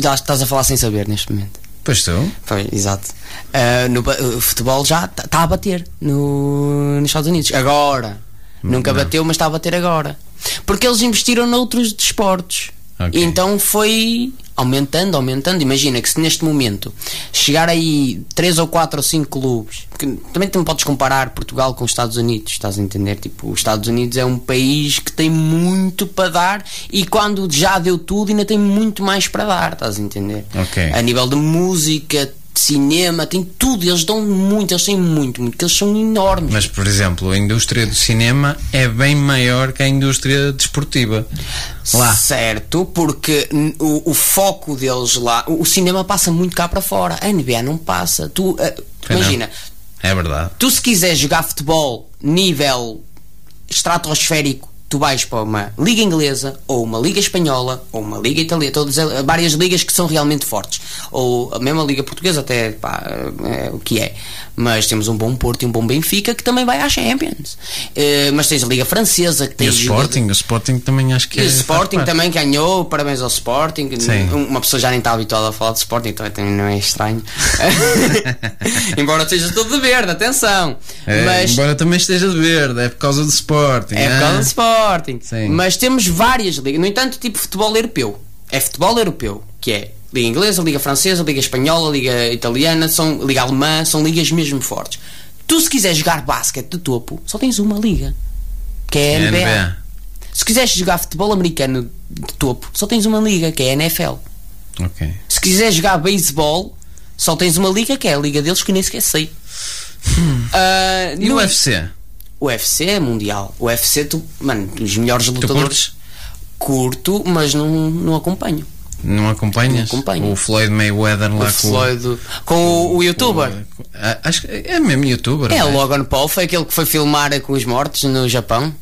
Speaker 1: já estás a falar sem saber neste momento.
Speaker 2: Pois tu?
Speaker 1: Pois, exato. Ah, no, ba- o futebol já está a bater no, nos Estados Unidos. Agora.
Speaker 2: Hum,
Speaker 1: Nunca bateu, mas está a bater agora. Porque eles investiram noutros desportos.
Speaker 2: Ok.
Speaker 1: E Então foi aumentando, aumentando. Imagina que se neste momento chegar aí 3 ou 4 ou 5 clubes, porque também tu não podes comparar Portugal com os Estados Unidos, estás a entender? Tipo, os Estados Unidos é um país que tem muito para dar e quando já deu tudo ainda tem muito mais para dar, estás a entender?
Speaker 2: Ok.
Speaker 1: A nível de música, de cinema, tem tudo, eles dão muito, eles têm muito, muito, porque eles são enormes.
Speaker 2: Mas, por exemplo, a indústria do cinema é bem maior que a indústria desportiva. Lá.
Speaker 1: Certo, porque n- o, o foco deles lá, o, o cinema passa muito cá para fora. A NBA não passa. Tu ah,
Speaker 2: Pois não.
Speaker 1: imagina,
Speaker 2: É verdade.
Speaker 1: tu se quiseres jogar futebol nível estratosférico, tu vais para uma liga inglesa, ou uma liga espanhola, ou uma liga italiana, todas elas- várias ligas que são realmente fortes. Ou a mesma liga portuguesa até, pá, é o que é. Mas temos um bom Porto e um bom Benfica que também vai à Champions. Eh, mas tens a liga francesa que
Speaker 2: E
Speaker 1: tem
Speaker 2: o Sporting? O Sporting também acho que
Speaker 1: e o
Speaker 2: é- faz
Speaker 1: Sporting
Speaker 2: parte.
Speaker 1: também ganhou, parabéns ao Sporting. Um,
Speaker 2: Sim.
Speaker 1: Uma pessoa já nem está habituada a falar de Sporting, então também não é
Speaker 2: [LAUGHS]
Speaker 1: estranho. [LAUGHS] embora seja tudo de verde, atenção.
Speaker 2: É,
Speaker 1: Mas
Speaker 2: Embora também esteja de verde, é por causa do Sporting.
Speaker 1: é por causa
Speaker 2: ah?
Speaker 1: do Sporting.
Speaker 2: Sim.
Speaker 1: Mas temos várias ligas. No entanto, tipo futebol europeu. É futebol europeu, que é Liga Inglesa, Liga Francesa, Liga Espanhola, Liga Italiana, são, Liga Alemã, são ligas mesmo fortes. Tu, se quiseres jogar basquete de topo, só tens uma liga, que é a
Speaker 2: É
Speaker 1: NBA.
Speaker 2: NBA.
Speaker 1: Se quiseres jogar futebol americano de topo, só tens uma liga, que é a NFL.
Speaker 2: Ok.
Speaker 1: Se quiseres jogar beisebol, só tens uma liga, que é a liga deles, que nem sequer sei. Ah,
Speaker 2: Hum. E
Speaker 1: no
Speaker 2: o UFC?
Speaker 1: UFC é mundial. O UFC, tu, mano, os melhores lutadores.
Speaker 2: curtes?
Speaker 1: Curto, mas não, não acompanho.
Speaker 2: Não acompanhas?
Speaker 1: Não acompanho.
Speaker 2: O Floyd Mayweather lá
Speaker 1: o
Speaker 2: com
Speaker 1: Floyd. Com o, o youtuber.
Speaker 2: Ah, Acho que é mesmo youtuber.
Speaker 1: é,
Speaker 2: não
Speaker 1: o Logan Paul, foi aquele que foi filmar com os mortos no Japão.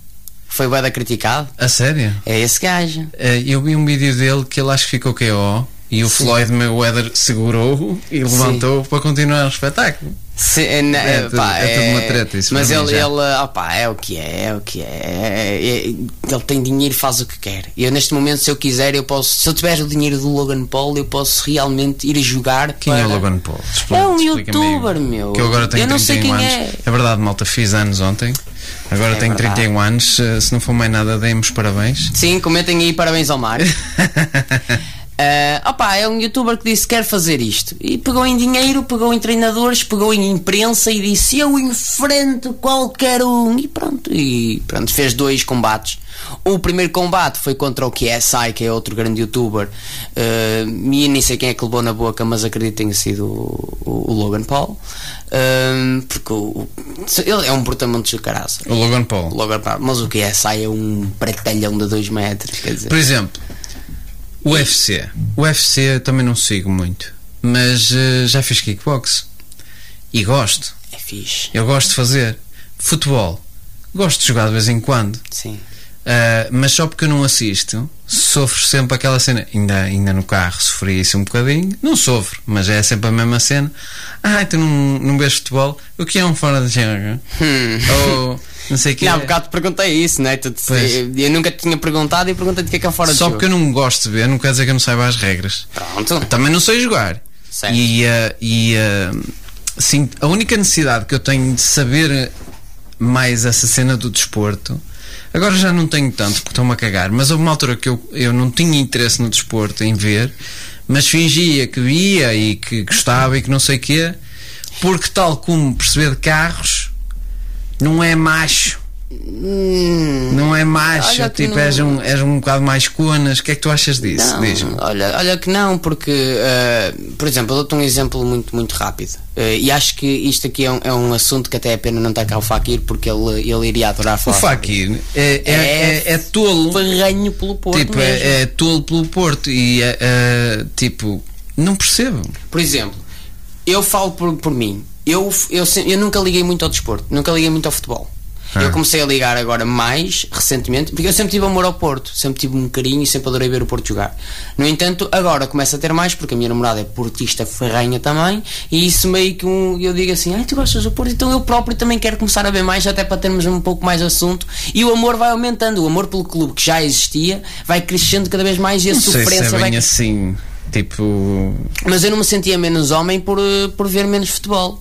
Speaker 1: Foi bada criticado.
Speaker 2: A sério?
Speaker 1: É esse gajo.
Speaker 2: Eh, Eu vi um vídeo dele que ele acho que ficou KO e o Floyd Mayweather segurou-o e levantou-o para continuar o espetáculo.
Speaker 1: Se- é, na-
Speaker 2: É
Speaker 1: é,
Speaker 2: tudo-
Speaker 1: pá,
Speaker 2: é tudo uma treta, isso
Speaker 1: Mas
Speaker 2: para
Speaker 1: ele,
Speaker 2: mim já.
Speaker 1: ele opá, é o que é, é o que é, é, é, Ele tem dinheiro, faz o que quer. Eu neste momento, se eu quiser, eu posso. Se eu tiver o dinheiro do Logan Paul, eu posso realmente ir jogar.
Speaker 2: Quem
Speaker 1: para...
Speaker 2: é o Logan Paul? Expli-
Speaker 1: É um
Speaker 2: explica-me aí.
Speaker 1: youtuber, meu.
Speaker 2: Que eu agora tenho
Speaker 1: Eu não sei
Speaker 2: 31
Speaker 1: quem
Speaker 2: anos. É verdade, malta, fiz anos ontem. Agora
Speaker 1: É
Speaker 2: tenho
Speaker 1: verdade.
Speaker 2: 31 anos. eh, Se não for mais nada, demos parabéns.
Speaker 1: Sim, comentem aí, parabéns ao Mário. Ah, opa, é um youtuber que disse quero fazer isto. E pegou em dinheiro, pegou em treinadores, pegou em imprensa e disse eu enfrento qualquer um. E pronto, e pronto, fez dois combates. O primeiro combate foi contra o QSI, que é outro grande youtuber. Ah, e nem sei quem é que levou na boca, mas acredito que tenha sido o, o- o Logan Paul. Ah, porque o- o- ele é um brutamontes de caraça.
Speaker 2: O Logan Paul.
Speaker 1: Logan Paul, mas o QSI é um pretalhão de 2 metros, quer dizer.
Speaker 2: Por exemplo, o UFC. O UFC eu também não sigo muito, mas eh, já fiz kickbox e gosto.
Speaker 1: É fixe.
Speaker 2: Eu gosto de fazer futebol. Gosto de jogar de vez em quando,
Speaker 1: Sim.
Speaker 2: ah, mas só porque eu não assisto, sofro sempre aquela cena. Ainda, ainda no carro sofri isso um bocadinho. Não sofro, mas é sempre a mesma cena. Ah, tu não, não vês futebol? O que é um fora de jogo? Ou não sei o que é?
Speaker 1: Que há um bocado te perguntei isso, né? Tu, tu-
Speaker 2: Pois.
Speaker 1: eu, eu nunca te tinha perguntado e perguntei-te o que é que é fora
Speaker 2: Só
Speaker 1: de
Speaker 2: porque eu
Speaker 1: jogo.
Speaker 2: não gosto de ver, não quer dizer que eu não saiba as regras.
Speaker 1: Pronto.
Speaker 2: Também não sei jogar.
Speaker 1: Certo.
Speaker 2: E, eh, e eh, sim, a única necessidade que eu tenho de saber mais essa cena do desporto. Agora já não tenho tanto porque estou-me a cagar, mas houve uma altura que eu, eu não tinha interesse no desporto em ver, mas fingia que via e que gostava e que não sei o quê, porque tal como perceber de carros, não é macho. Não é macho,
Speaker 1: Olha que
Speaker 2: tipo,
Speaker 1: não-
Speaker 2: és, um, és um bocado mais conas. O que é que tu achas disso?
Speaker 1: Não,
Speaker 2: Diz-me.
Speaker 1: olha, olha que não, porque, eh, por exemplo, eu dou-te um exemplo muito, muito rápido. Eh, e acho que isto aqui é um, é um assunto que até é pena não estar cá o Fakir, porque ele, ele iria adorar
Speaker 2: O
Speaker 1: falar.
Speaker 2: Fakir é, é, é, é tolo.
Speaker 1: Ferranho pelo Porto
Speaker 2: Tipo,
Speaker 1: mesmo.
Speaker 2: é, é tolo pelo Porto e é, é, tipo, não percebo.
Speaker 1: Por exemplo, eu falo por, por mim. Eu, eu, se- eu nunca liguei muito ao desporto, nunca liguei muito ao futebol.
Speaker 2: É.
Speaker 1: Eu comecei a ligar agora mais recentemente, porque eu sempre tive amor ao Porto, sempre tive um carinho e sempre adorei ver o Porto jogar. No entanto, agora começo a ter mais, porque a minha namorada é portista ferranha também, e isso meio que um, eu digo assim: ai, tu gostas do Porto, então eu próprio também quero começar a ver mais, até para termos um pouco mais assunto. E o amor vai aumentando, o amor pelo clube que já existia vai crescendo cada vez mais e a
Speaker 2: Não sei se é
Speaker 1: sofrência vai
Speaker 2: bem assim. Tipo,
Speaker 1: mas eu não me sentia menos homem por, eh, por ver menos futebol.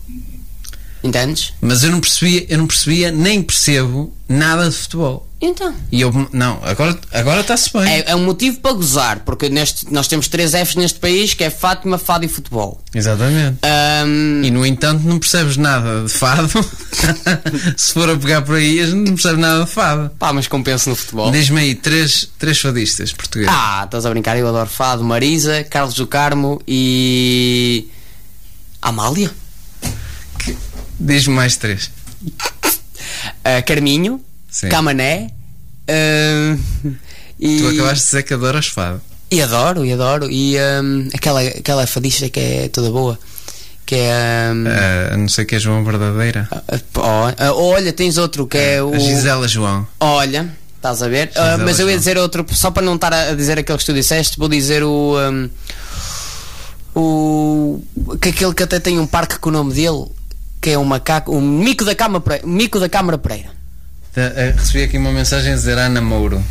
Speaker 1: Entendes?
Speaker 2: mas eu não percebia, eu não percebia nem percebo nada de futebol.
Speaker 1: Então.
Speaker 2: E eu, não, agora agora está-se bem.
Speaker 1: É, é um motivo para gozar, porque neste, nós temos três Fs neste país, que é Fátima, Fado e Futebol.
Speaker 2: Exatamente.
Speaker 1: Ahm,
Speaker 2: E no entanto, não percebes nada de fado. [LAUGHS] se for a pegar por aí, a gente não percebe nada de fado.
Speaker 1: pá, mas compenso no futebol.
Speaker 2: Diz-me aí três, três fadistas portugueses.
Speaker 1: Ah, estás a brincar, eu adoro Fado, Marisa, Carlos do Carmo e... Amália? [LAUGHS]
Speaker 2: Diz-me mais três.
Speaker 1: Ah, Carminho,
Speaker 2: Sim.
Speaker 1: Camané... ahm, e...
Speaker 2: Tu acabaste de dizer que adoras fado.
Speaker 1: E adoro, e adoro. E hum, aquela, aquela fadista que é toda boa. Que é. hum,
Speaker 2: Ah, a não ser que és uma verdadeira.
Speaker 1: ah, ah, oh, olha, tens outro que é o.
Speaker 2: A Gisela João.
Speaker 1: Olha, estás a ver? Ah, mas eu ia
Speaker 2: João.
Speaker 1: dizer outro, só para não estar a a dizer aquele que tu disseste, vou dizer o. hum, o. que aquele que até tem um parque com o nome dele, que é um macaco. O Mico da Câmara Pereira. Mico da Câmara Pereira. [LAUGHS]
Speaker 2: Tá, eh, Recebi aqui uma mensagem a dizer Ana Mouro.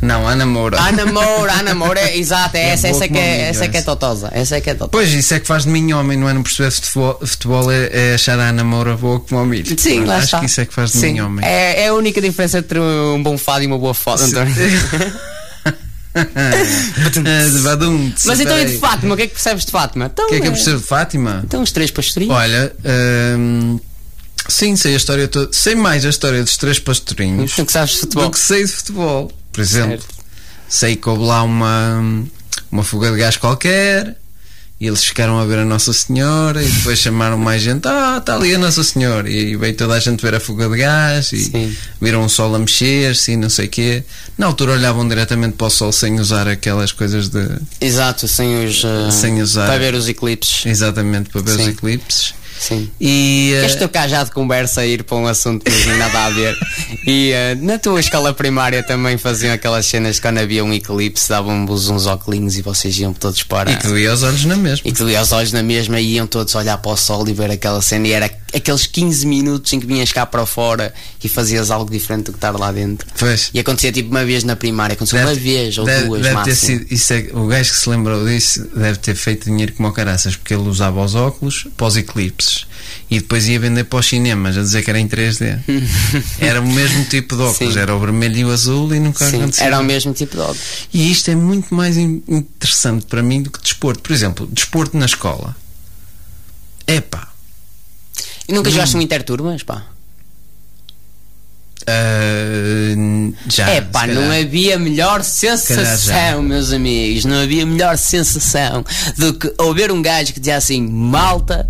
Speaker 2: Não, Ana Moura.
Speaker 1: Ana Moura, Ana Moura, é- exato, é
Speaker 2: É
Speaker 1: essa,
Speaker 2: boa
Speaker 1: essa, é que
Speaker 2: como
Speaker 1: é,
Speaker 2: um milho,
Speaker 1: essa é que é
Speaker 2: essa.
Speaker 1: totosa. Essa é que é totosa.
Speaker 2: Pois, isso é que faz de mim homem, não é? Não perceber futebol, futebol é, é achar a Ana Moura boa como ao milho.
Speaker 1: Sim,
Speaker 2: Pronto,
Speaker 1: lá
Speaker 2: Acho
Speaker 1: está.
Speaker 2: que isso é que faz de
Speaker 1: Sim.
Speaker 2: mim
Speaker 1: [LAUGHS]
Speaker 2: homem.
Speaker 1: É, é a única diferença entre um bom fado e uma boa foto,
Speaker 2: [LAUGHS]
Speaker 1: António.
Speaker 2: Ah, de Badum, de
Speaker 1: Mas então e de
Speaker 2: Santarém.
Speaker 1: Fátima? O que é que percebes de Fátima? Então,
Speaker 2: O que é que eu
Speaker 1: eh,
Speaker 2: percebo de Fátima?
Speaker 1: Então os três pastorinhos.
Speaker 2: Olha, hum, sim, sei a história toda. Sei mais a história dos três pastorinhos
Speaker 1: Então que sabes de futebol.
Speaker 2: do que sei de futebol. Por exemplo, sei que houve lá uma, uma fuga de gás qualquer. E eles ficaram a ver a Nossa Senhora e depois chamaram mais gente, ah, está ali a Nossa Senhora. E veio toda a gente ver a fuga de gás e
Speaker 1: Sim.
Speaker 2: viram o sol a mexer-se e não sei o quê. Na altura olhavam diretamente para o sol sem usar aquelas coisas de.
Speaker 1: Exato, sem os. eh,
Speaker 2: Sem usar.
Speaker 1: Para ver os eclipses.
Speaker 2: Exatamente, para ver os
Speaker 1: Sim.
Speaker 2: eclipses.
Speaker 1: Sim.
Speaker 2: E, eh,
Speaker 1: Queres trocar já de conversa e ir para um assunto que não tem nada a
Speaker 2: [LAUGHS]
Speaker 1: ver? E eh, na tua escola primária também faziam aquelas cenas quando havia um eclipse, davam-vos uns óculos e vocês iam todos para.
Speaker 2: eh, E que doía os olhos na mesma.
Speaker 1: E tu lia os olhos na mesma e iam todos olhar para o sol e ver aquela cena. E era aqueles 15 minutos em que vinhas cá para fora e fazias algo diferente do que estar lá dentro.
Speaker 2: Pois.
Speaker 1: E acontecia tipo uma vez na primária, aconteceu uma vez ou
Speaker 2: deve-
Speaker 1: duas
Speaker 2: deve ter
Speaker 1: máximo.
Speaker 2: sido- isso é- o gajo que se lembrou disso deve ter feito dinheiro como o caraças, porque ele usava os óculos pós eclipses. 2D e depois ia vender para os cinemas a dizer que era
Speaker 1: [LAUGHS]
Speaker 2: em 3D. era o mesmo tipo de óculos,
Speaker 1: Sim.
Speaker 2: era o vermelho e o azul e nunca
Speaker 1: Sim,
Speaker 2: acontecia.
Speaker 1: era o mesmo tipo de óculos.
Speaker 2: E isto é muito mais in- interessante para mim do que desporto. Por exemplo, desporto na escola. Epá,
Speaker 1: E nunca
Speaker 2: Hum.
Speaker 1: jogaste um interturmas, pá?
Speaker 2: ah, já.
Speaker 1: É
Speaker 2: se
Speaker 1: pá,
Speaker 2: calhar.
Speaker 1: não havia melhor
Speaker 2: calhar já.
Speaker 1: sensação, meus amigos. Não havia melhor sensação do que ouvir um gajo que dizia assim: malta,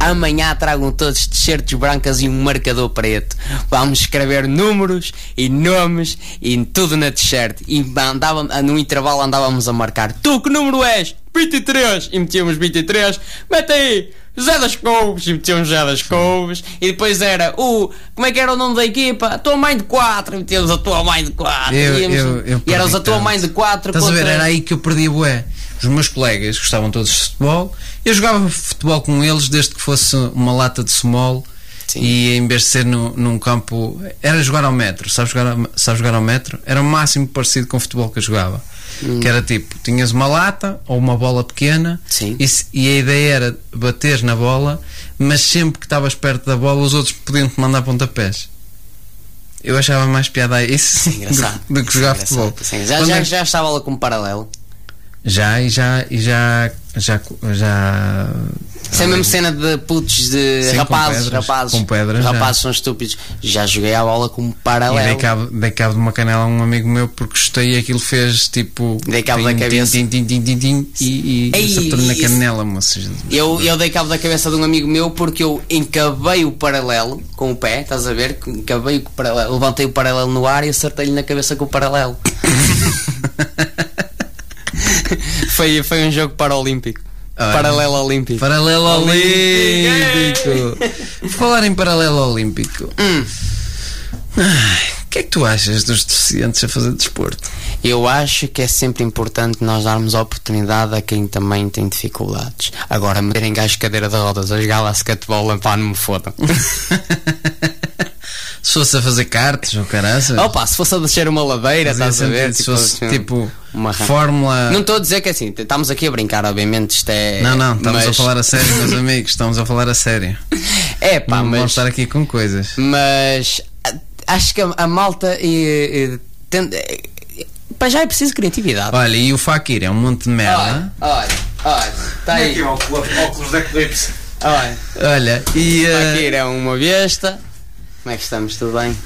Speaker 1: amanhã tragam todos t-shirts brancas e um marcador preto. Vamos escrever números e nomes e tudo na t-shirt. E andava, no intervalo andávamos a marcar: tu que número és? 23! E metíamos 23, mete aí! Zé das Couves, e metíamos Zé das Couves, e depois era o. Como é que era o nome da equipa? A tua mãe de 4, metíamos a tua mãe de 4.
Speaker 2: Eu-
Speaker 1: íamos-
Speaker 2: eu- eu
Speaker 1: é? e eras
Speaker 2: perdi
Speaker 1: a tua
Speaker 2: tanto.
Speaker 1: mãe de 4
Speaker 2: Estás a ver?
Speaker 1: contra-
Speaker 2: Era aí que eu perdi a bué. Os meus colegas gostavam todos de futebol. Eu jogava futebol com eles desde que fosse uma lata de small.
Speaker 1: Sim.
Speaker 2: E em vez de ser no- num campo. Era jogar ao metro. Sabes jogar, ao- sabes jogar ao metro? Era o máximo parecido com o futebol que eu jogava.
Speaker 1: Hum.
Speaker 2: Que era tipo: tinhas uma lata ou uma bola pequena.
Speaker 1: Sim.
Speaker 2: E, se- e a ideia era bater na bola. Mas sempre que estavas perto da bola, os outros podiam te mandar pontapés. Eu achava mais piada a isso
Speaker 1: Engraçado.
Speaker 2: do, do que jogar
Speaker 1: Engraçado,
Speaker 2: futebol.
Speaker 1: sim. Já,
Speaker 2: Quando
Speaker 1: já,
Speaker 2: é-
Speaker 1: já estava lá como paralelo.
Speaker 2: já e já e já já já
Speaker 1: Isso é a mesma cena de putos de
Speaker 2: Sim, com
Speaker 1: rapazes,
Speaker 2: pedras,
Speaker 1: rapazes.
Speaker 2: com pedras, já.
Speaker 1: rapazes é um- são estúpidos. Já joguei a bola
Speaker 2: um
Speaker 1: como
Speaker 2: e dei
Speaker 1: paralelo.
Speaker 2: cabo, dei cabo de uma canela a um amigo meu porque gostei e aquilo fez tipo
Speaker 1: Dei cabo da
Speaker 2: tim, tim,
Speaker 1: cabeça.
Speaker 2: tim, tim, tim, tim, tim, e, e
Speaker 1: Ei,
Speaker 2: acertou na
Speaker 1: isso.
Speaker 2: canela moças
Speaker 1: Eu, eu dei cabo da cabeça de um amigo meu porque eu encabei o paralelo com o pé, estás a ver? Encabei o paralelo, levantei o paralelo no ar e acertei-lhe na cabeça com o
Speaker 2: [LAUGHS]
Speaker 1: paralelo. foi, foi um jogo paralímpico.
Speaker 2: Olha.
Speaker 1: Paralelo olímpico.
Speaker 2: paralelo olímpico falar em paralelo olímpico
Speaker 1: Hum.
Speaker 2: Ai, o que é que tu achas dos deficientes a fazer desporto
Speaker 1: Eu acho que é sempre importante nós darmos oportunidade a quem também tem dificuldades. Agora, meterem gajo de cadeira de rodas a jogar lá skatebol, pá, não me fodam.
Speaker 2: se fosse a fazer cartas ou caraças
Speaker 1: [LAUGHS] Opa, se fosse a descer uma ladeira,
Speaker 2: fazia
Speaker 1: estás a ver?
Speaker 2: sentido se fosse
Speaker 1: assim,
Speaker 2: tipo
Speaker 1: uma rampa.
Speaker 2: fórmula
Speaker 1: Não estou a dizer que é assim, t- estamos aqui a brincar, obviamente, isto é.
Speaker 2: Não, não, estamos
Speaker 1: mas-
Speaker 2: a falar a sério,
Speaker 1: [LAUGHS]
Speaker 2: meus amigos, estamos a falar a sério.
Speaker 1: É pá,
Speaker 2: não vamos
Speaker 1: mas.
Speaker 2: estar aqui com coisas.
Speaker 1: Mas. a- Acho que a, a malta. E, e, tem- eh, para já é preciso criatividade.
Speaker 2: Olha, e o Fakir é um monte de merda.
Speaker 1: Olha, olha, olha, está
Speaker 5: é
Speaker 1: aí.
Speaker 3: óculos da Eclipse.
Speaker 1: Olha,
Speaker 2: Olha, e. eh,
Speaker 1: aqui é uma besta. Como é que estamos? Tudo bem?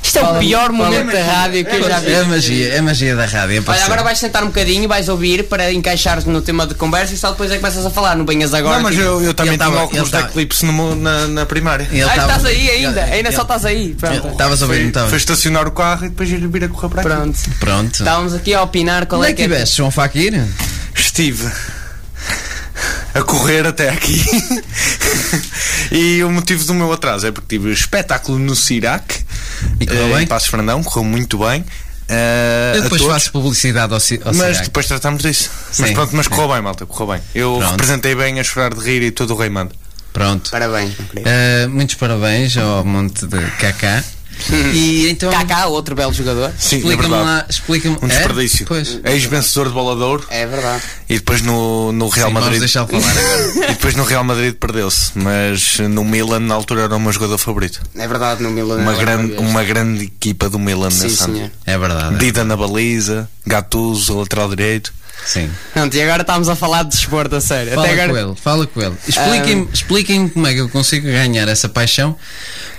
Speaker 1: Isto é o pior momento da rádio que eu já vi.
Speaker 2: é magia, é magia da rádio.
Speaker 1: Olha,
Speaker 2: parceiro.
Speaker 1: agora vais sentar um bocadinho, vais ouvir para encaixares no tema de conversa e só depois é que começas a falar. Não venhas agora.
Speaker 5: Não, mas
Speaker 1: tipo,
Speaker 5: eu, eu também
Speaker 2: ele
Speaker 5: tinha
Speaker 2: tava-
Speaker 5: óculos
Speaker 2: ele
Speaker 5: da
Speaker 2: tava-
Speaker 5: Eclipse no meu- na, na primária.
Speaker 2: Ele
Speaker 1: Ah,
Speaker 2: tava-
Speaker 1: estás aí ainda,
Speaker 2: ele-
Speaker 1: ainda só tá-
Speaker 2: ele-
Speaker 1: estás aí. Pronto.
Speaker 2: Estavas a ouvir, não
Speaker 5: Foi, foi
Speaker 2: estavas?
Speaker 5: estacionar o carro e depois ir vir a correr para aqui.
Speaker 1: Pronto.
Speaker 2: então. Pronto.
Speaker 1: Estávamos aqui a opinar qual
Speaker 2: Onde
Speaker 1: é
Speaker 2: é
Speaker 1: que
Speaker 2: que
Speaker 1: é.
Speaker 2: estiveste? João Fakir?
Speaker 5: Estive a correr até aqui. [LAUGHS] e o motivo do meu atraso é porque tive espetáculo no Cirac.
Speaker 2: E correu
Speaker 5: eh,
Speaker 2: bem?
Speaker 5: Em Passos Fernandão, correu muito bem. eh,
Speaker 2: Eu
Speaker 5: a
Speaker 2: depois
Speaker 5: todos.
Speaker 2: faço publicidade ao, Ci- ao
Speaker 5: Mas
Speaker 2: Cirac.
Speaker 5: depois tratamos disso.
Speaker 2: Sim.
Speaker 5: Mas pronto, mas correu bem, malta, correu bem. Eu
Speaker 2: Pronto.
Speaker 5: representei bem a chorar de rir e todo o rei manda. Tá
Speaker 2: Pronto.
Speaker 1: Parabéns, meu querido.
Speaker 2: Ah, muitos parabéns ao monte de Kaká. E então.
Speaker 1: Kaká, outro belo jogador.
Speaker 5: Sim, é
Speaker 2: Explica-me
Speaker 5: verdade.
Speaker 2: lá, explica-me.
Speaker 5: Um
Speaker 2: É?
Speaker 5: desperdício.
Speaker 2: Pois.
Speaker 5: Ex-vencedor de bola de ouro
Speaker 1: É verdade.
Speaker 5: e depois no, no Real
Speaker 2: Sim, vamos
Speaker 5: Madrid.
Speaker 2: deixar falar
Speaker 5: [LAUGHS]
Speaker 2: agora.
Speaker 5: E depois no Real Madrid perdeu-se, mas no Milan na altura era o meu jogador favorito.
Speaker 1: É verdade no Milan.
Speaker 5: Uma
Speaker 1: agora
Speaker 5: grande,
Speaker 1: não vejo.
Speaker 5: uma grande equipa do Milan
Speaker 1: Sim,
Speaker 5: nesse
Speaker 1: senhor.
Speaker 5: ano.
Speaker 2: É verdade. é.
Speaker 5: Dida na baliza, Gattuso, lateral direito.
Speaker 2: Sim.
Speaker 1: Pronto, e agora estávamos a falar de desporto, a sério.
Speaker 2: Fala
Speaker 1: Até agora. Ah.
Speaker 2: com ele, fala com ele. Expliquem-me expliquem-me como é que eu consigo ganhar essa paixão,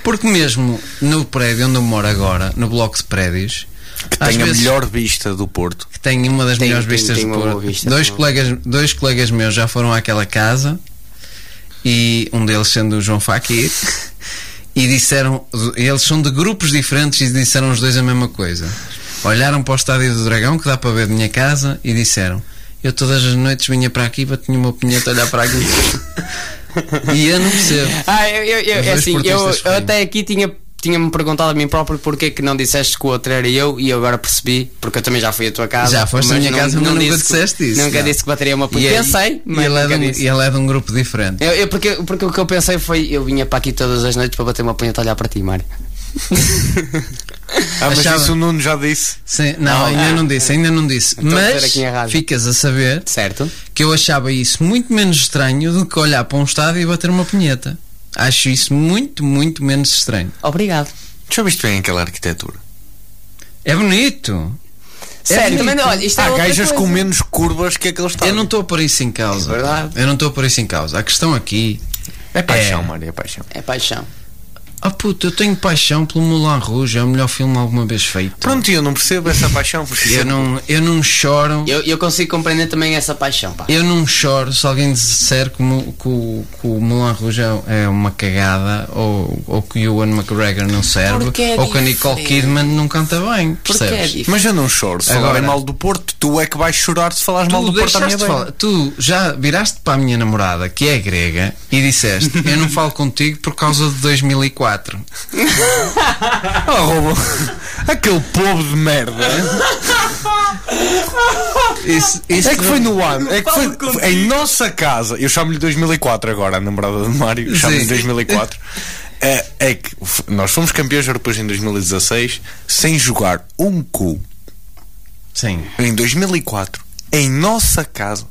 Speaker 2: porque mesmo no prédio onde eu moro agora, no bloco de prédios,
Speaker 5: Que
Speaker 2: às
Speaker 5: tem a
Speaker 2: vezes
Speaker 5: melhor vista do Porto.
Speaker 2: que tem uma das
Speaker 1: Tem-
Speaker 2: melhores
Speaker 1: tem-
Speaker 2: vistas
Speaker 1: tem
Speaker 2: do
Speaker 1: uma boa
Speaker 2: Porto.
Speaker 1: vista,
Speaker 2: dois,
Speaker 1: tem uma-
Speaker 2: colegas, dois colegas meus já foram àquela casa e um deles sendo o
Speaker 1: [LAUGHS]
Speaker 2: João Faquir e disseram, eles são de grupos diferentes e disseram os dois a mesma coisa. Olharam para o estádio do Dragão, que dá para ver da minha casa, e disseram: Eu todas as noites vinha para aqui, tinha uma punheta a olhar para aqui. e eu
Speaker 1: [LAUGHS]
Speaker 2: não percebo.
Speaker 1: Ah, eu, eu, eu-
Speaker 2: Os
Speaker 1: é
Speaker 2: dois
Speaker 1: assim, eu,
Speaker 2: portistas
Speaker 1: eu
Speaker 2: foram.
Speaker 1: até aqui tinha. Tinha-me perguntado a mim próprio porque é que não disseste que o outro era eu e eu agora percebi, porque eu também já fui à tua casa.
Speaker 2: Já foste à minha casa, mas nunca
Speaker 1: disse que-
Speaker 2: disseste isso,
Speaker 1: Nunca
Speaker 2: não.
Speaker 1: disse que bateria uma
Speaker 2: E
Speaker 1: punheta.
Speaker 2: é-
Speaker 1: Pensei,
Speaker 2: e
Speaker 1: mas
Speaker 2: ele, é de
Speaker 1: nunca
Speaker 2: um,
Speaker 1: disse.
Speaker 2: e ele é de um grupo diferente.
Speaker 1: Eu, eu- porque, porque o que eu pensei foi: eu vinha para aqui todas as noites para bater uma punheta e olhar para ti, Mário.
Speaker 5: Ah, mas
Speaker 2: Achava-
Speaker 5: isso o Nuno já disse.
Speaker 2: Sim, não, ainda
Speaker 1: ah, Então,
Speaker 2: não disse, ainda não disse.
Speaker 1: a dizer
Speaker 2: Mas
Speaker 1: aqui em rádio.
Speaker 2: ficas a saber
Speaker 1: Certo?
Speaker 2: que eu achava isso muito menos estranho do que olhar para um estádio e bater uma punheta. Acho isso muito, muito menos estranho.
Speaker 1: Obrigado.
Speaker 5: Já viste bem aquela arquitetura?
Speaker 2: É bonito.
Speaker 1: Sério, também não, olha, isto é
Speaker 5: Há
Speaker 1: outra
Speaker 5: gajas
Speaker 1: coisa.
Speaker 5: com menos curvas que aquele estádio.
Speaker 2: Eu não estou a pôr isso em causa.
Speaker 5: É verdade.
Speaker 2: Eu não estou a pôr isso em causa. A questão aqui.
Speaker 5: É paixão, Mário, é paixão.
Speaker 1: É paixão.
Speaker 2: Ah puto, eu tenho paixão pelo Moulin Rouge, é o melhor filme alguma vez feito.
Speaker 5: Pronto, e eu não percebo essa paixão. por isso
Speaker 2: Eu não, eu não choro.
Speaker 1: Eu, eu consigo compreender também essa paixão, pá.
Speaker 2: Eu não choro se alguém disser que o, Mo- que o, que o Moulin Rouge é é uma cagada ou, ou que o Ewan McGregor não serve
Speaker 1: Porque é
Speaker 2: ou que a Nicole
Speaker 1: diferente.
Speaker 2: Kidman não canta bem.
Speaker 1: Porque é
Speaker 2: Percebes?
Speaker 1: diferente.
Speaker 5: Mas eu não choro. Se
Speaker 2: Agora-
Speaker 5: falarem mal do Porto, tu é que vais chorar se falares mal
Speaker 2: Tu,
Speaker 5: do Porto à minha
Speaker 2: deixaste de falar-
Speaker 5: beira.
Speaker 2: tu já viraste para a minha namorada, que é grega, e disseste: Eu não falo contigo por causa de 2004.
Speaker 5: Ah, Robo, [LAUGHS] aquele povo de merda.
Speaker 2: Isso, isso
Speaker 5: é que foi no ano. É que foi em nossa casa. Eu chamo-lhe 2004 agora, a namorada de Mário. Chamo-lhe
Speaker 2: Sim.
Speaker 5: 2004. É, é que f- nós fomos campeões europeus em 2016 sem jogar um cu
Speaker 2: Sim,
Speaker 5: em 2004 em nossa casa,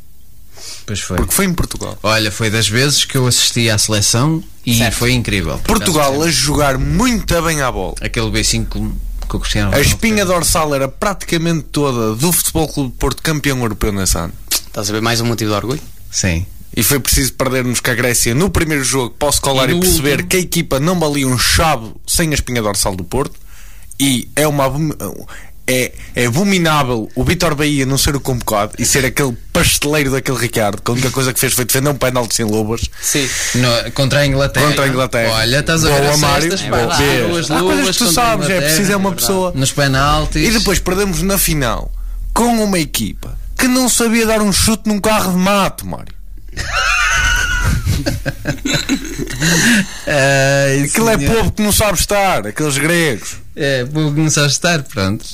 Speaker 2: pois foi.
Speaker 5: porque foi em Portugal.
Speaker 2: Olha, foi das vezes que eu assisti à seleção e foi incrível. Por
Speaker 5: Portugal
Speaker 2: acaso,
Speaker 5: a jogar muito bem à bola.
Speaker 2: Aquele beicinho que, que o Cristiano
Speaker 5: A
Speaker 2: Ronaldo
Speaker 5: espinha dorsal era praticamente toda do Futebol Clube do Porto campeão europeu nesse ano.
Speaker 1: Estás a ver mais um motivo de orgulho?
Speaker 2: fez. Sim.
Speaker 5: E foi preciso perdermos com a Grécia no primeiro jogo para o escolar
Speaker 2: E
Speaker 5: e,
Speaker 2: no
Speaker 5: perceber
Speaker 2: último.
Speaker 5: que a equipa não valia um chavo sem a espinha dorsal do Porto. E é uma abomi- é, é abominável o Vitor Bahia não ser o convocado e ser aquele pasteleiro daquele Ricardo, que a única coisa que fez foi defender um penalti sem lobas.
Speaker 1: Sim.
Speaker 2: No- contra a Inglaterra.
Speaker 5: Contra a Inglaterra.
Speaker 2: Olha, estás a
Speaker 5: Boa,
Speaker 2: ver essas
Speaker 5: Mário.
Speaker 2: estas,
Speaker 5: É
Speaker 2: pá.
Speaker 5: verdade.
Speaker 2: Duas
Speaker 5: Há coisas
Speaker 2: luvas
Speaker 5: que tu
Speaker 2: contra a
Speaker 5: sabes, é preciso é uma
Speaker 2: Inglaterra.
Speaker 5: pessoa.
Speaker 2: Nos penaltis.
Speaker 5: E depois perdemos na final com uma equipa que não sabia dar um chute num carro de mato, Mário.
Speaker 2: Ai,
Speaker 5: Aquilo é
Speaker 2: senhor.
Speaker 5: povo que não sabe estar, aqueles gregos.
Speaker 2: É, vou começar a estar, pronto.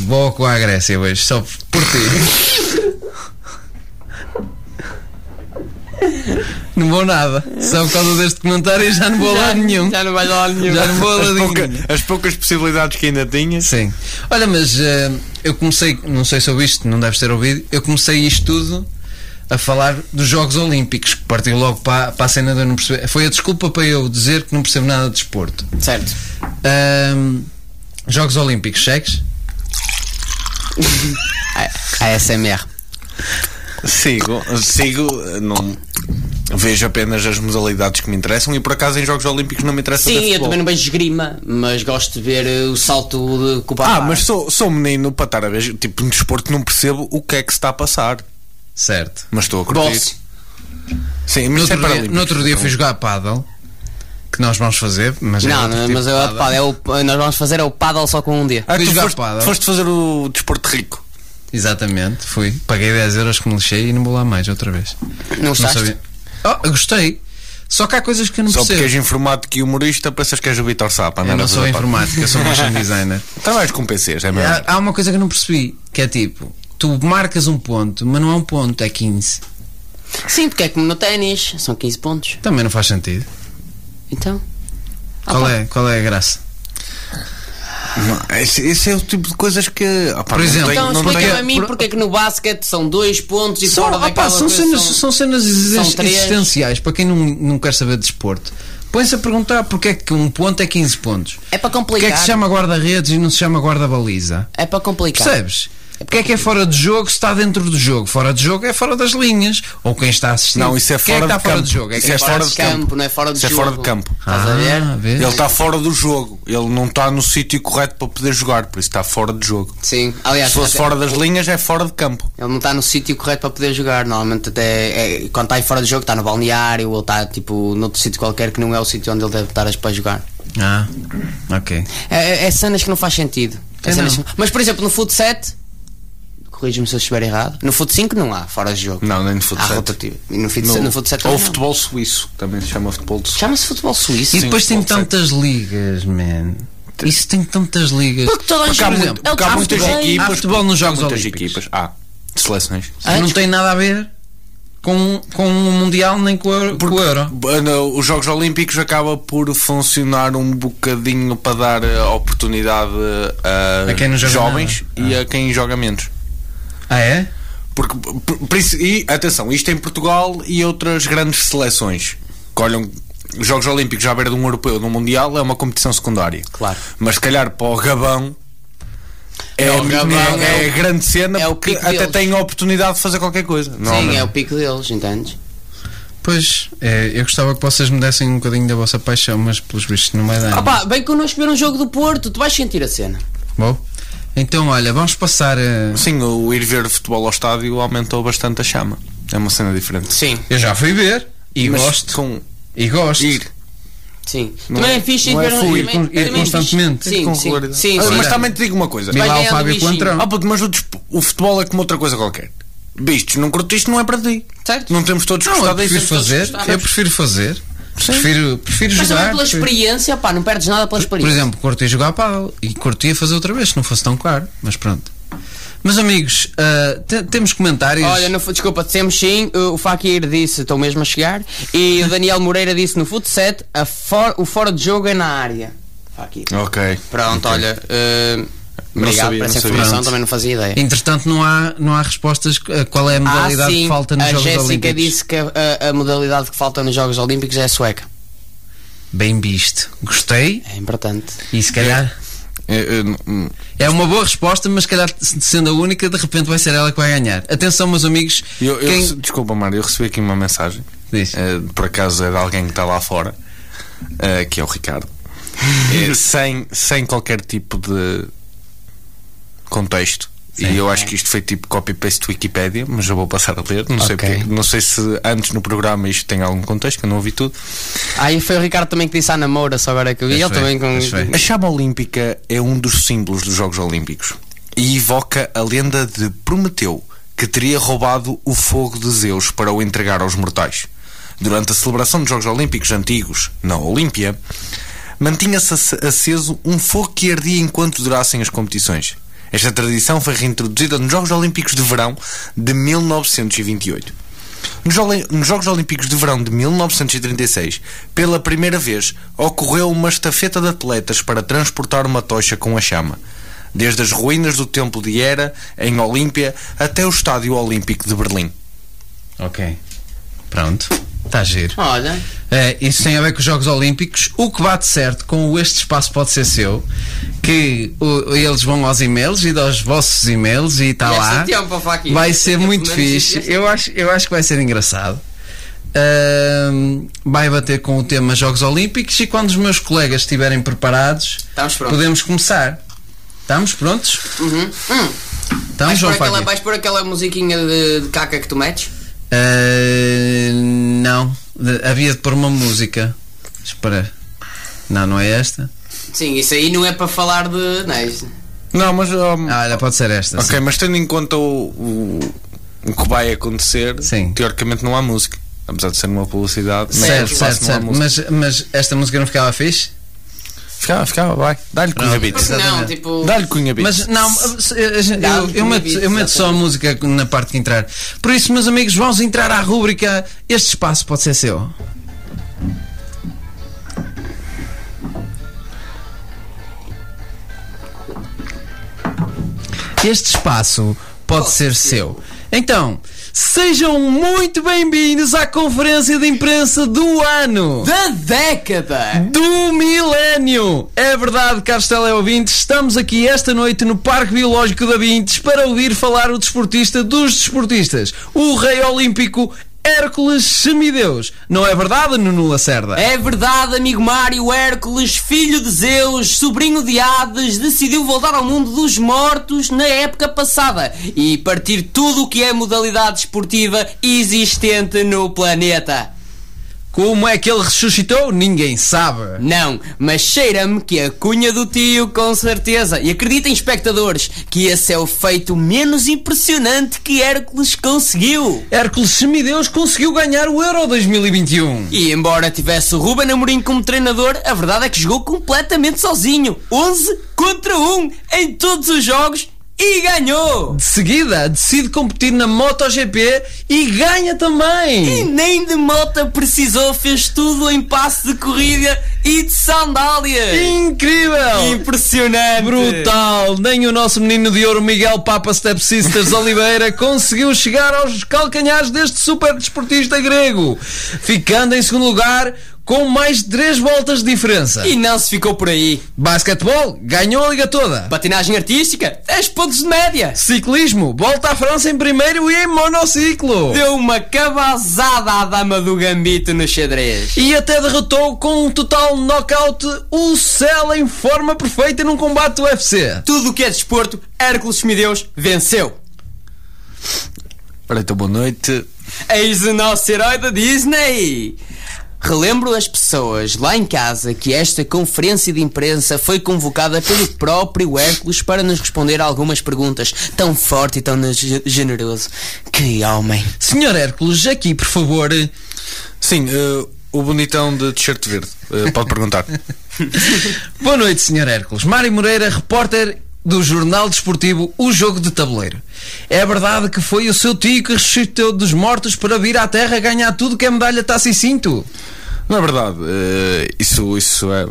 Speaker 2: Vou com a Grécia hoje, só por por ti. Não vou nada. Só por causa deste comentário já não vou a lado nenhum.
Speaker 1: Já não vais lá nenhum.
Speaker 2: Já não vou a lado
Speaker 5: As, pouca-
Speaker 2: nenhum.
Speaker 5: as poucas possibilidades que ainda tinha.
Speaker 2: Sim. Olha, mas eh, eu comecei, não sei se ouviste, não deves ter ouvido, eu comecei isto tudo a falar dos Jogos Olímpicos, que partiu logo para, para a cena de eu não perceber. Foi a desculpa para eu dizer que não percebo nada de desporto.
Speaker 1: Certo.
Speaker 2: Ahm, Jogos Olímpicos, cheques?
Speaker 1: A, ASMR.
Speaker 5: Sigo, sigo, não vejo apenas as modalidades que me interessam e por acaso em Jogos Olímpicos não me interessa ver
Speaker 1: Sim, eu
Speaker 5: futebol.
Speaker 1: também não vejo esgrima, mas gosto de ver eh, o salto de Cubapá.
Speaker 5: Ah, mas sou, sou menino para estar a ver, tipo, no desporto não percebo o que é que se está a passar,
Speaker 2: Certo.
Speaker 5: mas estou a curtir.
Speaker 1: Bolso.
Speaker 5: Sim,
Speaker 2: No
Speaker 5: mas é
Speaker 2: outro,
Speaker 5: sempre
Speaker 2: dia, no outro
Speaker 5: então.
Speaker 2: dia fui jogar a paddle, que nós vamos fazer, mas é
Speaker 1: Não,
Speaker 2: outro
Speaker 1: não,
Speaker 2: tipo
Speaker 1: mas
Speaker 2: de
Speaker 1: eu,
Speaker 2: paddle.
Speaker 1: pá, é o, nós vamos fazer é o paddle só com um dia.
Speaker 5: Ah,
Speaker 2: Fui
Speaker 5: tu
Speaker 2: jogar
Speaker 5: foste,
Speaker 2: pádel.
Speaker 5: foste fazer o desporto rico.
Speaker 2: Exatamente, fui. Paguei 10 euros que me lixei e não vou lá mais outra vez.
Speaker 1: Não gostaste?
Speaker 2: sabia. Oh, gostei. Só que há coisas que eu não
Speaker 5: Só porque
Speaker 2: percebo.
Speaker 5: és informático e humorista, pensas que és o Vitor Sapa.
Speaker 2: Eu
Speaker 5: andar
Speaker 2: não
Speaker 5: a
Speaker 2: sou
Speaker 5: fazer parte.
Speaker 2: informático, Ah, eu sou motion designer.
Speaker 5: Trabalhas com PCs, é mesmo?
Speaker 2: há, há uma coisa que eu não percebi, que é tipo, tu marcas um ponto, mas não é um ponto, é 15.
Speaker 1: Sim, porque é como no ténis, são 15 pontos.
Speaker 2: Também não faz sentido.
Speaker 1: Então, Ah,
Speaker 2: qual,
Speaker 1: pá.
Speaker 2: é, qual é a graça?
Speaker 5: Não, esse, esse é o tipo de coisas que. ah, pá,
Speaker 2: Por
Speaker 5: não
Speaker 2: exemplo,
Speaker 5: tenho-
Speaker 1: então
Speaker 5: não tenho-
Speaker 1: explica-me a mim porque é que no basquete são dois pontos e fora
Speaker 2: São, opá,
Speaker 1: daquela
Speaker 2: ah são,
Speaker 1: coisa
Speaker 2: cenas,
Speaker 1: são-
Speaker 2: são cenas
Speaker 1: são
Speaker 2: existen-
Speaker 1: três.
Speaker 2: existenciais para quem não, não quer saber de desporto. Põe-se a perguntar porque é que um ponto é 15 pontos.
Speaker 1: É para
Speaker 2: Porque é que
Speaker 1: complicar.
Speaker 2: se chama guarda-redes e não se chama guarda-baliza?
Speaker 1: É para complicar.
Speaker 2: Percebes? Porque é que é fora de jogo se está dentro do jogo? Fora de jogo é fora das linhas. Ou quem está a assistir.
Speaker 5: Não, isso é
Speaker 2: quem
Speaker 5: fora
Speaker 2: é que está
Speaker 5: de
Speaker 2: fora
Speaker 5: campo.
Speaker 2: de jogo? É
Speaker 5: Isso
Speaker 2: quem
Speaker 5: é
Speaker 2: está
Speaker 5: fora
Speaker 2: a
Speaker 5: de
Speaker 2: assistir.
Speaker 1: campo,
Speaker 5: campo.
Speaker 1: não é fora de
Speaker 5: Isso é
Speaker 1: jogo.
Speaker 5: fora de campo.
Speaker 1: Estás a ver?
Speaker 2: Ah, vês?
Speaker 5: Ele está fora do jogo. Ele não está no sítio correto para poder jogar, por isso está fora de jogo.
Speaker 1: Sim, aliás,
Speaker 5: Se
Speaker 1: até-
Speaker 5: fosse fora das linhas, é fora de campo.
Speaker 1: ele não está no sítio correto para poder jogar. Normalmente, até é- quando está aí fora de jogo, está no balneário ou está tipo noutro sítio qualquer que não é o sítio onde ele deve estar para jogar.
Speaker 2: Ah, ok.
Speaker 1: É, é- é cenas que não faz sentido. É
Speaker 2: É
Speaker 1: cenas
Speaker 2: não.
Speaker 1: que- Mas, por exemplo, no Foot 7, corrijo-me se eu estiver errado, no Foot 5 não há fora de jogo.
Speaker 5: Não, é nem de
Speaker 1: Há
Speaker 5: futsal.
Speaker 1: rotativo. E no, fut-
Speaker 5: No-
Speaker 1: é no Foot 7
Speaker 5: Ou
Speaker 1: também não.
Speaker 5: futebol suíço, também se chama futebol de
Speaker 1: Chama-se futebol suíço.
Speaker 2: E depois tem
Speaker 5: pode ser.
Speaker 2: tantas ligas, man. Isso tem tantas ligas.
Speaker 1: Porque toda a gente-
Speaker 5: Porque
Speaker 1: Por
Speaker 5: há, muito-
Speaker 1: exemplo, é
Speaker 5: porque há
Speaker 1: o que
Speaker 5: muitas
Speaker 1: futebol-
Speaker 5: equipas.
Speaker 2: há futebol nos Jogos
Speaker 5: há muitas
Speaker 2: Olímpicos.
Speaker 5: equipas. Ah, de seleções.
Speaker 1: Ah,
Speaker 2: não tem nada a ver com, com o Mundial nem com o, Euro- com o Euro.
Speaker 5: Ah, não, Os Jogos Olímpicos acaba por funcionar um bocadinho para dar eh, oportunidade eh, a,
Speaker 2: A quem não joga
Speaker 5: jovens e a quem joga menos.
Speaker 2: Ah, é?
Speaker 5: Porque, por- por isso- e atenção, isto em Portugal e outras grandes seleções que olham os Jogos Olímpicos à beira de um europeu, de um mundial, é uma competição secundária.
Speaker 1: Claro.
Speaker 5: Mas se calhar para o Gabão. É,
Speaker 1: Não, o
Speaker 5: a-
Speaker 1: Gabão
Speaker 5: é,
Speaker 1: é o-
Speaker 5: a grande cena
Speaker 1: é o
Speaker 5: porque
Speaker 1: pico
Speaker 5: até
Speaker 1: deles.
Speaker 5: tem a oportunidade de fazer qualquer coisa.
Speaker 1: Sim,
Speaker 5: Normalmente.
Speaker 1: é o pico deles, entendes?
Speaker 2: Pois, é, eu gostava que vocês me dessem um bocadinho da vossa paixão, mas pelos bichos não vai dar.
Speaker 1: Ah pá, vem connosco ver um jogo do Porto, tu vais sentir a cena.
Speaker 2: Bom, então olha, vamos passar eh, a.
Speaker 5: Sim, o ir ver futebol ao estádio aumentou bastante a chama. É uma cena diferente.
Speaker 1: Sim,
Speaker 2: Eu já fui ver e
Speaker 5: Mas
Speaker 2: gosto.
Speaker 5: Com
Speaker 2: E gosto.
Speaker 5: ir.
Speaker 1: sim.
Speaker 5: Não
Speaker 1: também
Speaker 5: é-
Speaker 1: é fixe
Speaker 5: não é
Speaker 1: ir ver um
Speaker 5: fluir,
Speaker 1: também-
Speaker 2: con-
Speaker 1: também é fixe.
Speaker 2: constantemente,
Speaker 1: Sim,
Speaker 5: com
Speaker 1: sim,
Speaker 5: regularidade.
Speaker 1: sim, tá
Speaker 5: Ah,
Speaker 1: sim.
Speaker 5: Mas também te digo uma coisa.
Speaker 2: Vê
Speaker 1: Vai
Speaker 2: lá o
Speaker 1: ganhando
Speaker 2: Fábio
Speaker 1: bichinho.
Speaker 2: Contrão.
Speaker 5: Ah, puto, mas o, despo- o futebol é como outra coisa qualquer. Bistos, não curtiste, não é para ti.
Speaker 1: Certo.
Speaker 5: Não temos todos
Speaker 2: Não, eu
Speaker 5: gostado
Speaker 2: prefiro
Speaker 5: disso.
Speaker 2: fazer. Eu prefiro fazer. Prefiro, prefiro
Speaker 1: Mas também
Speaker 2: jogar.
Speaker 1: pela
Speaker 2: prefiro-
Speaker 1: experiência, pá, não perdes nada pela
Speaker 2: Por
Speaker 1: experiência.
Speaker 2: exemplo, curti jogar pau e curti a fazer outra vez, se não fosse tão caro. Mas pronto. Meus amigos, ah, te- temos comentários.
Speaker 1: Olha, no, fu- desculpa, temos sim. uh, O Fakir disse, estou mesmo a chegar.
Speaker 2: [LAUGHS]
Speaker 1: E o Daniel Moreira disse no Foot 7, a for- o fora de jogo é na área. Fakir.
Speaker 5: Ok.
Speaker 1: Pronto, olha. uh,
Speaker 5: Não
Speaker 1: obrigado
Speaker 5: sabia,
Speaker 1: por
Speaker 5: não
Speaker 1: essa
Speaker 5: sabia.
Speaker 1: informação,
Speaker 2: Pronto.
Speaker 1: também não fazia ideia. Ah,
Speaker 2: Entretanto, não há, não há respostas a qual é a modalidade
Speaker 1: sim,
Speaker 2: que falta nos
Speaker 1: a
Speaker 2: Jogos
Speaker 1: Jéssica
Speaker 2: Olímpicos.
Speaker 1: disse que a, a- a modalidade que falta nos Jogos Olímpicos é a sueca.
Speaker 2: Bem visto. Gostei.
Speaker 1: É importante.
Speaker 2: E se calhar.
Speaker 5: Eu- eu não- hum.
Speaker 2: É uma boa resposta, mas se calhar se- sendo a única, de repente vai ser ela que vai ganhar. Atenção, meus amigos.
Speaker 5: Eu- eu
Speaker 2: quem-
Speaker 5: rece- Desculpa, Mário, eu recebi aqui uma mensagem.
Speaker 2: Diz.
Speaker 5: Eh, por acaso é de alguém que está lá fora, eh, que é
Speaker 1: [LAUGHS]
Speaker 5: o Ricardo. Eh, sem, sem qualquer tipo de contexto. e eu acho que isto foi tipo copy-paste de Wikipédia, mas eu vou passar a ler. Não, sei
Speaker 1: Ok.
Speaker 5: porque- não sei se antes no programa isto tem algum contexto, que eu não ouvi tudo.
Speaker 1: Aí Ah, foi o Ricardo também que disse à namora, só agora é que eu vi.
Speaker 2: Pois
Speaker 1: Ele
Speaker 2: foi,
Speaker 1: também com.
Speaker 2: pois foi.
Speaker 5: A chama olímpica é um dos símbolos dos Jogos Olímpicos e evoca a lenda de Prometeu, que teria roubado o fogo de Zeus para o entregar aos mortais. Durante a celebração dos Jogos Olímpicos antigos, na Olímpia, mantinha-se ace- aceso um fogo que ardia enquanto durassem as competições. Esta tradição foi reintroduzida nos Jogos Olímpicos de Verão de 1928. Nos, Oli- nos Jogos Olímpicos de Verão de 1936, pela primeira vez, ocorreu uma estafeta de atletas para transportar uma tocha com a chama. Desde as ruínas do Templo de Hera, em Olímpia, até o Estádio Olímpico de Berlim.
Speaker 2: Ok. Pronto. Está giro.
Speaker 1: [LAUGHS] Olha,
Speaker 2: É, isso tem a ver com os Jogos Olímpicos. O que bate certo com o Este Espaço Pode Ser Seu, que o- eles vão aos e-mails e aos vossos e-mails e está
Speaker 1: E esta
Speaker 2: lá.
Speaker 1: tempo, ó, Faki.
Speaker 2: Vai
Speaker 1: Esta é
Speaker 2: ser
Speaker 1: tempo,
Speaker 2: muito
Speaker 1: menos
Speaker 2: fixe.
Speaker 1: este-
Speaker 2: Eu acho, eu acho que vai ser engraçado. Ahm, vai bater com o tema Jogos Olímpicos e quando os meus colegas estiverem preparados,
Speaker 1: Estamos prontos. Uhum.
Speaker 2: podemos começar. Estamos prontos?
Speaker 1: Hum.
Speaker 2: Estamos,
Speaker 1: vais
Speaker 2: João
Speaker 1: pôr, aquela,
Speaker 2: Fábio?
Speaker 1: vais pôr aquela musiquinha de, de caca que tu metes?
Speaker 2: Ah, não. De- Havia de pôr uma música. Espera. Não, não é esta?
Speaker 1: Sim, isso aí não é para falar de. Não, é isso-
Speaker 5: Não, mas. hum,
Speaker 2: Ah, olha, pode ser esta.
Speaker 5: ok, mas tendo em conta o, o, o que vai acontecer,
Speaker 2: Sim.
Speaker 5: teoricamente não há música. Apesar de ser uma publicidade,
Speaker 2: sim.
Speaker 5: nem
Speaker 2: Certo,
Speaker 5: que se faça
Speaker 2: certo,
Speaker 5: uma
Speaker 2: certo.
Speaker 5: música.
Speaker 2: Mas, mas esta música não ficava fixe?
Speaker 5: Ficava, ficava, vai. Dá-lhe cunha
Speaker 2: Pronto.
Speaker 5: bits.
Speaker 2: Exatamente.
Speaker 1: Não, tipo.
Speaker 5: Dá-lhe cunha bits.
Speaker 2: Mas não, mas, eh, eh, eu,
Speaker 1: Dá,
Speaker 2: eu
Speaker 1: tinha
Speaker 2: meto,
Speaker 1: visto,
Speaker 2: eu meto só a
Speaker 1: exatamente.
Speaker 2: música na parte que entrar. Por isso, meus amigos, vamos entrar à rúbrica Este Espaço Pode Ser Seu. Este espaço pode ser seu. Então, sejam muito bem-vindos à conferência de imprensa do ano
Speaker 1: Da década!
Speaker 2: do milénio. É verdade, caros teleouvintes, estamos aqui esta noite no Parque Biológico da Vintes para ouvir falar o desportista dos desportistas, o rei olímpico Hércules Semideus. Não é verdade, Nuno Lacerda?
Speaker 1: É verdade, amigo Mário Hércules, filho de Zeus, sobrinho de Hades, decidiu voltar ao mundo dos mortos na época passada e partir tudo o que é modalidade esportiva existente no planeta.
Speaker 2: Como é que ele ressuscitou? Ninguém sabe.
Speaker 1: Não, mas cheira-me que a cunha do tio, com certeza. E acreditem, espectadores, que esse é o feito menos impressionante que Hércules conseguiu.
Speaker 2: Hércules Semideus conseguiu ganhar o Euro 2021.
Speaker 1: E embora tivesse o Ruben Amorim como treinador, a verdade é que jogou completamente sozinho. 11 contra 1 em todos os jogos e ganhou!
Speaker 2: De seguida, decide competir na MotoGP E ganha
Speaker 1: E
Speaker 2: também!
Speaker 1: nem de mota precisou, fez tudo em passo de corrida e de sandálias.
Speaker 2: Incrível!
Speaker 1: Impressionante.
Speaker 2: Brutal! Nem o nosso menino de ouro Miguel Papa Step Sisters Oliveira conseguiu chegar aos calcanhares deste super desportista grego, ficando em segundo lugar com mais de 3 voltas de diferença.
Speaker 1: E não se ficou por aí.
Speaker 2: Basquetebol ganhou a liga toda.
Speaker 1: Patinagem artística, 10 pontos de média.
Speaker 2: Ciclismo, volta à França em primeiro e em monociclo.
Speaker 1: Deu uma cavazada à dama do gambito no xadrez.
Speaker 2: E até derrotou com um total knockout o Cell em forma perfeita num combate UFC.
Speaker 1: Tudo o que é desporto, Hércules Semideus venceu.
Speaker 5: Ora, então boa noite.
Speaker 1: Eis o nosso herói da Disney! Relembro as pessoas lá em casa que esta conferência de imprensa foi convocada pelo próprio Hércules para nos responder algumas perguntas. Tão forte e tão ge- generoso. Que homem!
Speaker 2: Senhor Hércules, aqui por favor.
Speaker 5: Sim, eh, o bonitão de t-shirt verde. Eh, pode perguntar.
Speaker 2: Boa noite, Senhor Hércules. Mário Moreira, repórter do Jornal Desportivo O Jogo de Tabuleiro. É verdade que foi o seu tio que ressuscitou dos mortos para vir à Terra ganhar tudo que é medalha, taça e cinto?
Speaker 5: [LAUGHS] Não é verdade. eh, isso, isso é.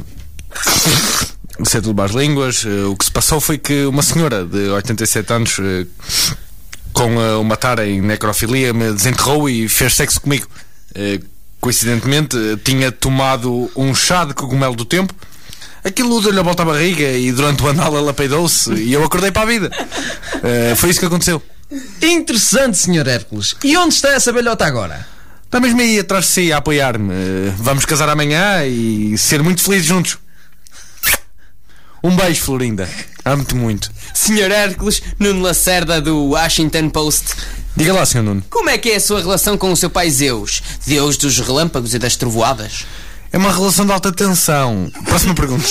Speaker 5: [LAUGHS] Isso é tudo mais línguas. Eh, o que se passou foi que uma senhora de 87 anos, eh, com eh, uma tara em necrofilia, me desenterrou e fez sexo comigo. Eh, coincidentemente, eh, tinha tomado um chá de cogumelo do tempo. Aquilo deu-lhe a volta à barriga e durante o anal ela peidou-se e eu acordei para a [LAUGHS] vida. Eh, foi isso que aconteceu.
Speaker 2: Interessante, Senhor Hércules. E onde está essa belhota agora?
Speaker 5: Está Tá mesmo aí atrás de si a apoiar-me. Eh, Vamos casar amanhã e ser muito felizes juntos. Um beijo, Florinda. Amo-te muito.
Speaker 1: Senhor Hércules, Nuno Lacerda do Washington Post.
Speaker 5: Diga lá, senhor Nuno.
Speaker 1: Como é que é a sua relação com o seu pai Zeus? Deus dos relâmpagos e das trovoadas?
Speaker 5: É uma relação de alta tensão. Próxima pergunta.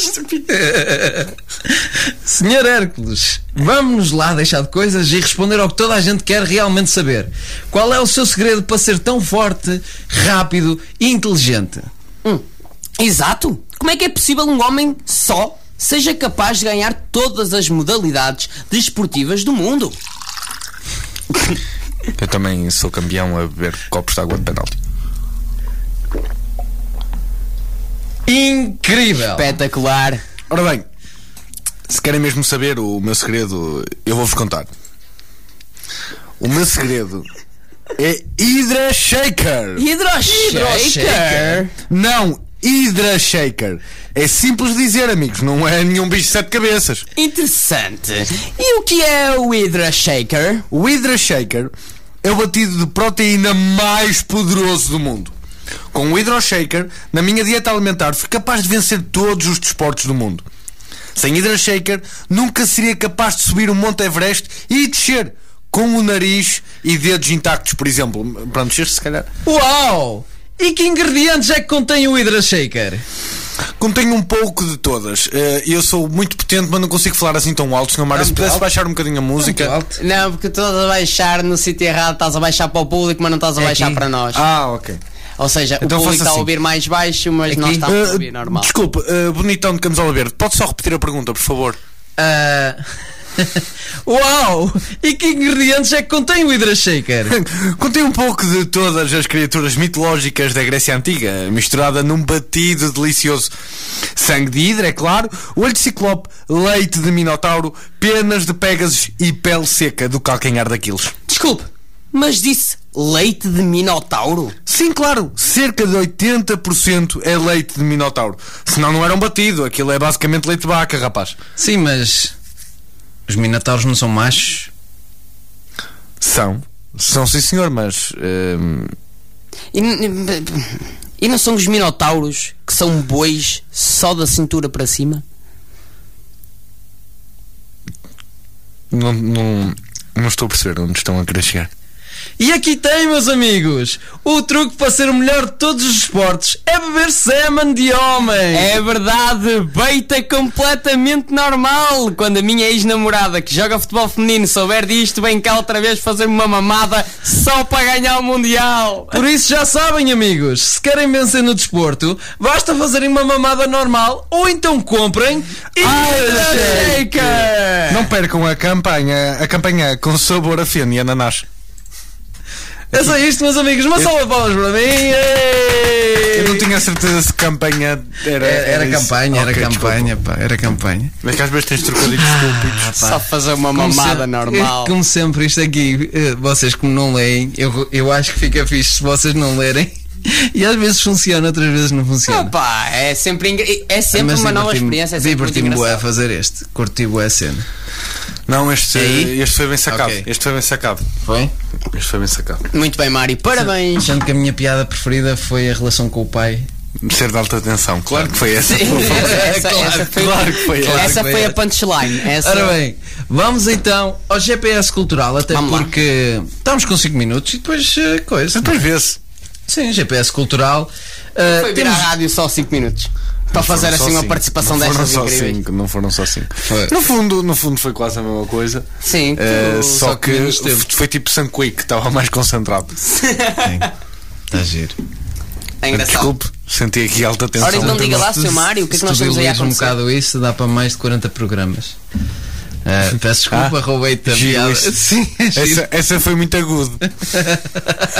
Speaker 2: Senhor Hércules, vamos lá deixar de coisas e responder ao que toda a gente quer realmente saber. Qual é o seu segredo para ser tão forte, rápido e inteligente?
Speaker 1: Hum, Exato! Como é que é possível um homem só seja capaz de ganhar todas as modalidades desportivas do mundo?
Speaker 5: [LAUGHS] Eu também sou campeão a beber copos de água de penalti.
Speaker 2: Incrível!
Speaker 1: Espetacular!
Speaker 5: Ora bem, se querem mesmo saber o meu segredo, eu vou-vos contar. O meu segredo é Hydra Shaker.
Speaker 1: Hydroshaker!
Speaker 5: Não, Hydra Shaker. É simples dizer, amigos, não é nenhum bicho de sete cabeças.
Speaker 1: Interessante! E o que é o Hydroshaker?
Speaker 5: O Hydra Shaker é o batido de proteína mais poderoso do mundo. Com o Hydra Shaker, na minha dieta alimentar, fui capaz de vencer todos os desportos do mundo. Sem Hydra Shaker, nunca seria capaz de subir o Monte Everest e descer com o nariz e dedos intactos, por exemplo. Pronto, descer se calhar.
Speaker 2: Uau! E que ingredientes é que contém o Hydra Shaker?
Speaker 5: Contém um pouco de todas. Eh, Eu sou muito potente, mas não consigo falar assim tão alto, senhor Mário. Se pudesse baixar um bocadinho a música.
Speaker 1: Não, porque tu estás a baixar no sítio errado, estás a baixar para o público, mas não estás a baixar para nós.
Speaker 5: Ah, ok.
Speaker 1: Ou seja,
Speaker 5: Então
Speaker 1: o
Speaker 5: faça
Speaker 1: público está
Speaker 5: assim.
Speaker 1: a ouvir mais baixo, mas nós estamos a ouvir
Speaker 5: Ah,
Speaker 1: um normal.
Speaker 5: Desculpe, ah, bonitão de camisola verde, pode só repetir a pergunta, por favor?
Speaker 2: Ah, [LAUGHS] Uau! E que ingredientes é que contém o Hydra Shaker?
Speaker 5: Contei um pouco de todas as criaturas mitológicas da Grécia Antiga, misturada num batido delicioso. Sangue de hidra, é claro, olho de ciclope, leite de minotauro, penas de pégasos e pele seca do calcanhar daqueles.
Speaker 1: Desculpe, mas disse leite de minotauro?
Speaker 5: Sim, claro, cerca de 80% é leite de minotauro. Senão não era um batido, aquilo é basicamente leite de vaca, rapaz.
Speaker 2: Sim, mas. Os Minotauros não são machos?
Speaker 5: São. São sim senhor, mas... hum,
Speaker 1: E, n- e não são os minotauros que são bois só da cintura para cima?
Speaker 5: Não, não, não estou a perceber onde estão a querer chegar.
Speaker 2: E aqui tem, meus amigos, o truque para ser o melhor de todos os esportes é beber semen de homem.
Speaker 1: É verdade, beita completamente normal. Quando a minha ex-namorada que joga futebol feminino souber disto, vem cá outra vez fazer uma mamada só para ganhar o Mundial.
Speaker 2: Por isso já sabem, amigos, se querem vencer no desporto, basta fazerem uma mamada normal ou então comprem e É.
Speaker 5: Não percam a campanha, a campanha com sabor a feno e ananás.
Speaker 2: É só isto, meus amigos. Uma salva de palmas para mim. Ei! É,
Speaker 5: Eu não tinha certeza se campanha
Speaker 2: Era,
Speaker 5: era.
Speaker 2: era
Speaker 5: isso.
Speaker 2: campanha, era
Speaker 5: Ok,
Speaker 2: campanha, Ah. pá, era campanha.
Speaker 5: desculpa. É que às vezes tens trocadilhos estúpidos.
Speaker 1: Só fazer uma
Speaker 2: Como
Speaker 1: mamada
Speaker 2: sempre-
Speaker 1: normal. [LAUGHS]
Speaker 2: é, [LAUGHS] Como sempre, isto aqui, eh, vocês como não leem, eu, eu acho que fica fixe se vocês não lerem. [LAUGHS] E às vezes funciona, outras vezes não funciona.
Speaker 1: Opa, é sempre, engra- é sempre
Speaker 2: Mas
Speaker 1: uma nova
Speaker 2: diverti-me-
Speaker 1: experiência. É sempre muito
Speaker 2: Diverti-me bué a
Speaker 1: engraçado.
Speaker 2: fazer este. Curti bué a cena.
Speaker 5: Não, este,
Speaker 2: É aí?
Speaker 5: este foi bem sacado.
Speaker 2: Ok.
Speaker 5: Este foi bem sacado.
Speaker 2: Foi?
Speaker 5: Este foi bem sacado.
Speaker 1: Muito bem, Mário,
Speaker 2: [LAUGHS]
Speaker 1: parabéns.
Speaker 2: Achando que a minha piada preferida foi a relação com o pai.
Speaker 5: Ser de alta tensão, claro que foi essa. por favor.
Speaker 1: Essa- essa foi-
Speaker 2: claro que foi ela.
Speaker 1: Essa foi a punchline. Essa...
Speaker 2: Ora bem, vamos então ao GPS Cultural, até
Speaker 1: Vamos lá.
Speaker 2: porque estamos com 5 minutos e depois eh, coisa.
Speaker 5: Depois vê-se.
Speaker 2: Sim, GPS Cultural. eh,
Speaker 1: Foi vir à
Speaker 2: temos-
Speaker 1: rádio só 5 minutos. Para fazer
Speaker 5: Foram só
Speaker 1: assim uma
Speaker 5: cinco.
Speaker 1: participação
Speaker 5: não
Speaker 1: destas
Speaker 5: foram só
Speaker 1: incríveis.
Speaker 5: cinco, Não foram só cinco.
Speaker 2: Foi.
Speaker 5: No fundo, no fundo foi quase a mesma coisa.
Speaker 1: Sim,
Speaker 5: Eh,
Speaker 1: tu-
Speaker 5: só,
Speaker 2: só que
Speaker 5: que,
Speaker 2: menos tempo.
Speaker 5: foi tipo Sam Quick, estava mais concentrado.
Speaker 2: Está giro.
Speaker 1: é engraçado.
Speaker 5: Desculpe, senti aqui alta tensão.
Speaker 1: Ora, então diga lá, seu Mário, o que é que
Speaker 2: Se
Speaker 1: nós
Speaker 2: tu
Speaker 1: estamos aí a
Speaker 2: diluís um
Speaker 1: acontecer?
Speaker 2: bocado isso, dá para mais de 40 programas. Eh, peço desculpa, roubei-te a
Speaker 5: Ah, giro
Speaker 2: piada. [LAUGHS]
Speaker 5: isso.
Speaker 2: Sim, é giro.
Speaker 5: essa, essa foi muito agudo.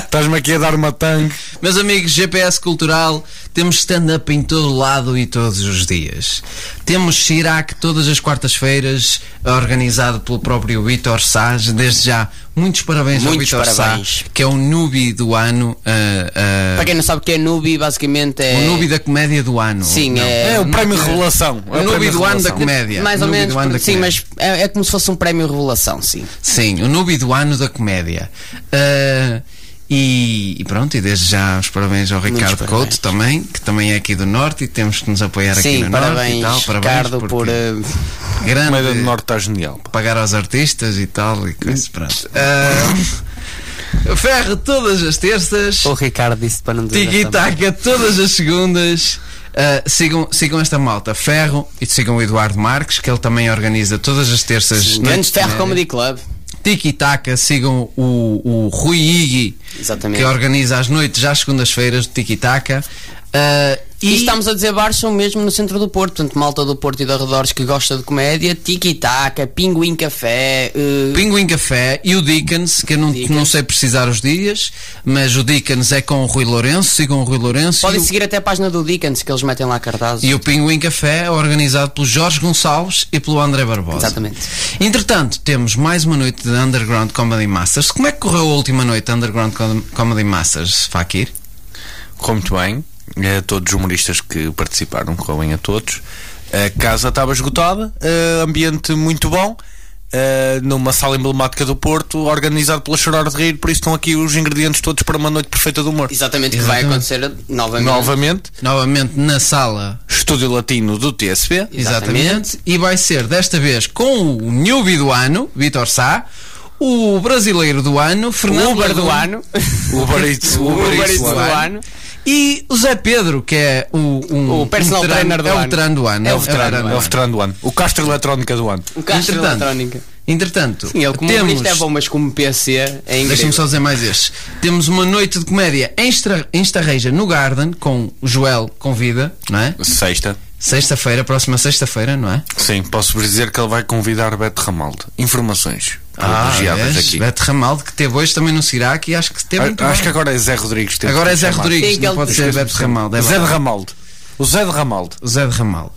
Speaker 5: Estás-me aqui a dar uma tangue.
Speaker 2: Meus amigos, GPS Cultural, temos stand-up em todo lado e todos os dias. Temos Chirac todas as quartas-feiras, organizado pelo próprio Vitor Sá. Desde já, muitos parabéns
Speaker 1: Muitos
Speaker 2: ao Vitor Sá,
Speaker 1: parabéns.
Speaker 2: que é o noob do ano. ah, ah,
Speaker 1: Para quem não sabe o que é Nubi, basicamente é.
Speaker 2: o noob da comédia do ano.
Speaker 1: Sim,
Speaker 2: Não.
Speaker 1: é.
Speaker 5: É o prémio é Revelação.
Speaker 2: O noob do ano da comédia.
Speaker 1: Mais ou
Speaker 2: Noob
Speaker 1: menos,
Speaker 2: do ano da
Speaker 1: sim,
Speaker 2: comédia.
Speaker 1: mas é, é como se fosse um prémio revelação, sim.
Speaker 2: Sim, o noob do ano da comédia. Ah, e, e pronto, e desde já os parabéns ao Ricardo
Speaker 1: parabéns.
Speaker 2: Couto também, que também é aqui do Norte e temos que nos apoiar aqui
Speaker 1: Sim,
Speaker 2: no Norte
Speaker 1: parabéns,
Speaker 2: e tal. Parabéns
Speaker 1: Ricardo,
Speaker 2: porque
Speaker 1: por. eh,
Speaker 5: A comédia do
Speaker 2: grande
Speaker 5: Norte está genial. pá.
Speaker 2: pagar aos artistas e tal e
Speaker 1: Hum.
Speaker 2: coisas, pronto. Ah, [LAUGHS] ferro todas as terças.
Speaker 1: O Ricardo disse para não dizer.
Speaker 2: Tiki Taka todas as segundas. Uh, sigam, sigam esta malta, Ferro, e sigam o Eduardo Marques, que ele também organiza todas as terças. né?
Speaker 1: também.
Speaker 2: noites
Speaker 1: Grandes
Speaker 2: de
Speaker 1: Ferro
Speaker 2: comédia.
Speaker 1: Comedy Club.
Speaker 2: Tiki Taka, sigam o, o Rui Igui,
Speaker 1: Exatamente.
Speaker 2: que organiza as noites às segundas-feiras do Tiki Taka. Uh,
Speaker 1: E, estamos a dizer bares são mesmo no centro do Porto, portanto, malta do Porto e de arredores que gosta de comédia, tiki-taka, pinguim café, eh,
Speaker 2: Pinguim Café e o Dickens, que eu não,
Speaker 1: Dickens.
Speaker 2: não sei precisar os dias, mas o Dickens é com o Rui Lourenço, sigam o Rui Lourenço.
Speaker 1: podem
Speaker 2: e, o,
Speaker 1: seguir até a página do Dickens que eles metem lá cartazes.
Speaker 2: e o Pinguim Café é organizado pelo Jorge Gonçalves e pelo André Barbosa.
Speaker 1: Exatamente.
Speaker 2: Entretanto, temos mais uma noite de Underground Comedy Masters. Como é que correu a última noite de Underground Com- Comedy Masters, Fakir?
Speaker 5: Correu muito bem. eh, todos os humoristas que participaram, correu bem a todos. A casa estava esgotada, eh, ambiente muito bom, eh, numa sala emblemática do Porto, organizado pela Chorar de Rir, por isso estão aqui os ingredientes todos para uma noite perfeita de humor.
Speaker 1: Exatamente, que vai
Speaker 2: Exatamente.
Speaker 1: acontecer novamente.
Speaker 5: Novamente,
Speaker 2: Novamente na sala.
Speaker 5: estúdio latino do TSB.
Speaker 2: Exatamente. E vai ser desta vez com o newbie do ano, Vitor Sá, o brasileiro do ano, Fernando
Speaker 1: Uber do
Speaker 2: Laguna.
Speaker 1: ano.
Speaker 5: Uber [LAUGHS] Eats,
Speaker 1: O
Speaker 5: Uber
Speaker 1: Uber
Speaker 5: Eats
Speaker 1: Eats do
Speaker 5: lá.
Speaker 1: ano.
Speaker 2: E o Zé Pedro, que é o, um,
Speaker 1: O personal
Speaker 2: um
Speaker 1: trainer do
Speaker 2: é o
Speaker 1: ano.
Speaker 2: veterano do ano.
Speaker 1: É o
Speaker 2: o
Speaker 1: veterano do
Speaker 2: veterano
Speaker 5: É o veterano do ano. O Castro Eletrónica do ano.
Speaker 1: [LAUGHS] O caixa
Speaker 2: Entretanto,
Speaker 1: eletrónica.
Speaker 2: Entretanto,
Speaker 1: Sim, ele como
Speaker 2: temos,
Speaker 1: humorista é bom, mas como PC é
Speaker 2: Deixa-me
Speaker 1: incrível.
Speaker 2: só dizer mais este. Temos uma noite de comédia em, Estra, em Estarreja, no Garden, com o Joel Convida, não é?
Speaker 5: Sexta.
Speaker 2: Sexta-feira, próxima sexta-feira, não é?
Speaker 5: Sim, posso vos dizer que ele vai convidar Beto Ramaldo. Informações
Speaker 2: Ah,
Speaker 5: privilegiadas
Speaker 2: vês?
Speaker 5: aqui.
Speaker 2: Beto Ramaldo, que teve hoje também no Cirac e acho que teve muito
Speaker 5: A- Acho
Speaker 2: bem.
Speaker 5: que agora é Zé Rodrigues. temos
Speaker 2: Agora
Speaker 5: que
Speaker 2: é Zé
Speaker 5: chamar.
Speaker 2: Rodrigues,
Speaker 1: Sim,
Speaker 2: não
Speaker 1: aquele-
Speaker 2: pode ser Beto Ramaldo. É
Speaker 5: Zé de
Speaker 2: verdade.
Speaker 5: Ramaldo. O Zé de Ramaldo.
Speaker 2: O Zé de Ramaldo.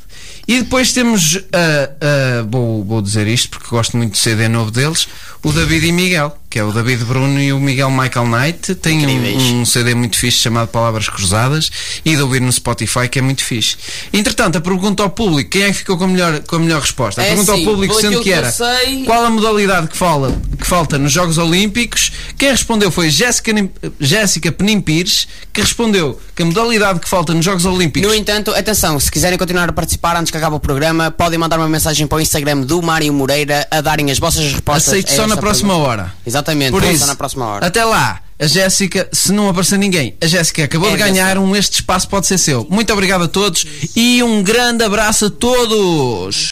Speaker 2: E depois temos, ah, ah, vou, vou dizer isto porque gosto muito do CD novo deles, o David e Miguel, que é o David Bruno e o Miguel Michael Knight. Tem
Speaker 1: Incríveis.
Speaker 2: um, um CD muito fixe chamado Palavras Cruzadas e de ouvir no Spotify, que é muito fixe. Entretanto, a pergunta ao público, quem é que ficou com a melhor, com a melhor resposta? A
Speaker 1: É
Speaker 2: pergunta
Speaker 1: assim,
Speaker 2: ao público,
Speaker 1: pelo
Speaker 2: sendo
Speaker 1: aquilo
Speaker 2: que
Speaker 1: que eu
Speaker 2: era
Speaker 1: sei-
Speaker 2: qual a modalidade que, fala, que falta nos Jogos Olímpicos, quem respondeu foi Jéssica, Nim- Jéssica Penim Pires, que respondeu que a modalidade que falta nos Jogos Olímpicos
Speaker 1: No entanto, atenção, se quiserem continuar a participar antes que acabe o programa, podem mandar uma mensagem para o Instagram do Mário Moreira a darem as vossas respostas.
Speaker 2: Aceito
Speaker 1: a
Speaker 2: só
Speaker 1: esta
Speaker 2: na próxima
Speaker 1: pergunta.
Speaker 2: hora.
Speaker 1: Exatamente,
Speaker 2: Por
Speaker 1: Por
Speaker 2: isso,
Speaker 1: só na próxima hora.
Speaker 2: até lá, a Jéssica, se não aparecer ninguém, a Jéssica acabou
Speaker 1: É
Speaker 2: de ganhar um Este Espaço Pode Ser Seu. Muito obrigado a todos e um grande abraço a todos!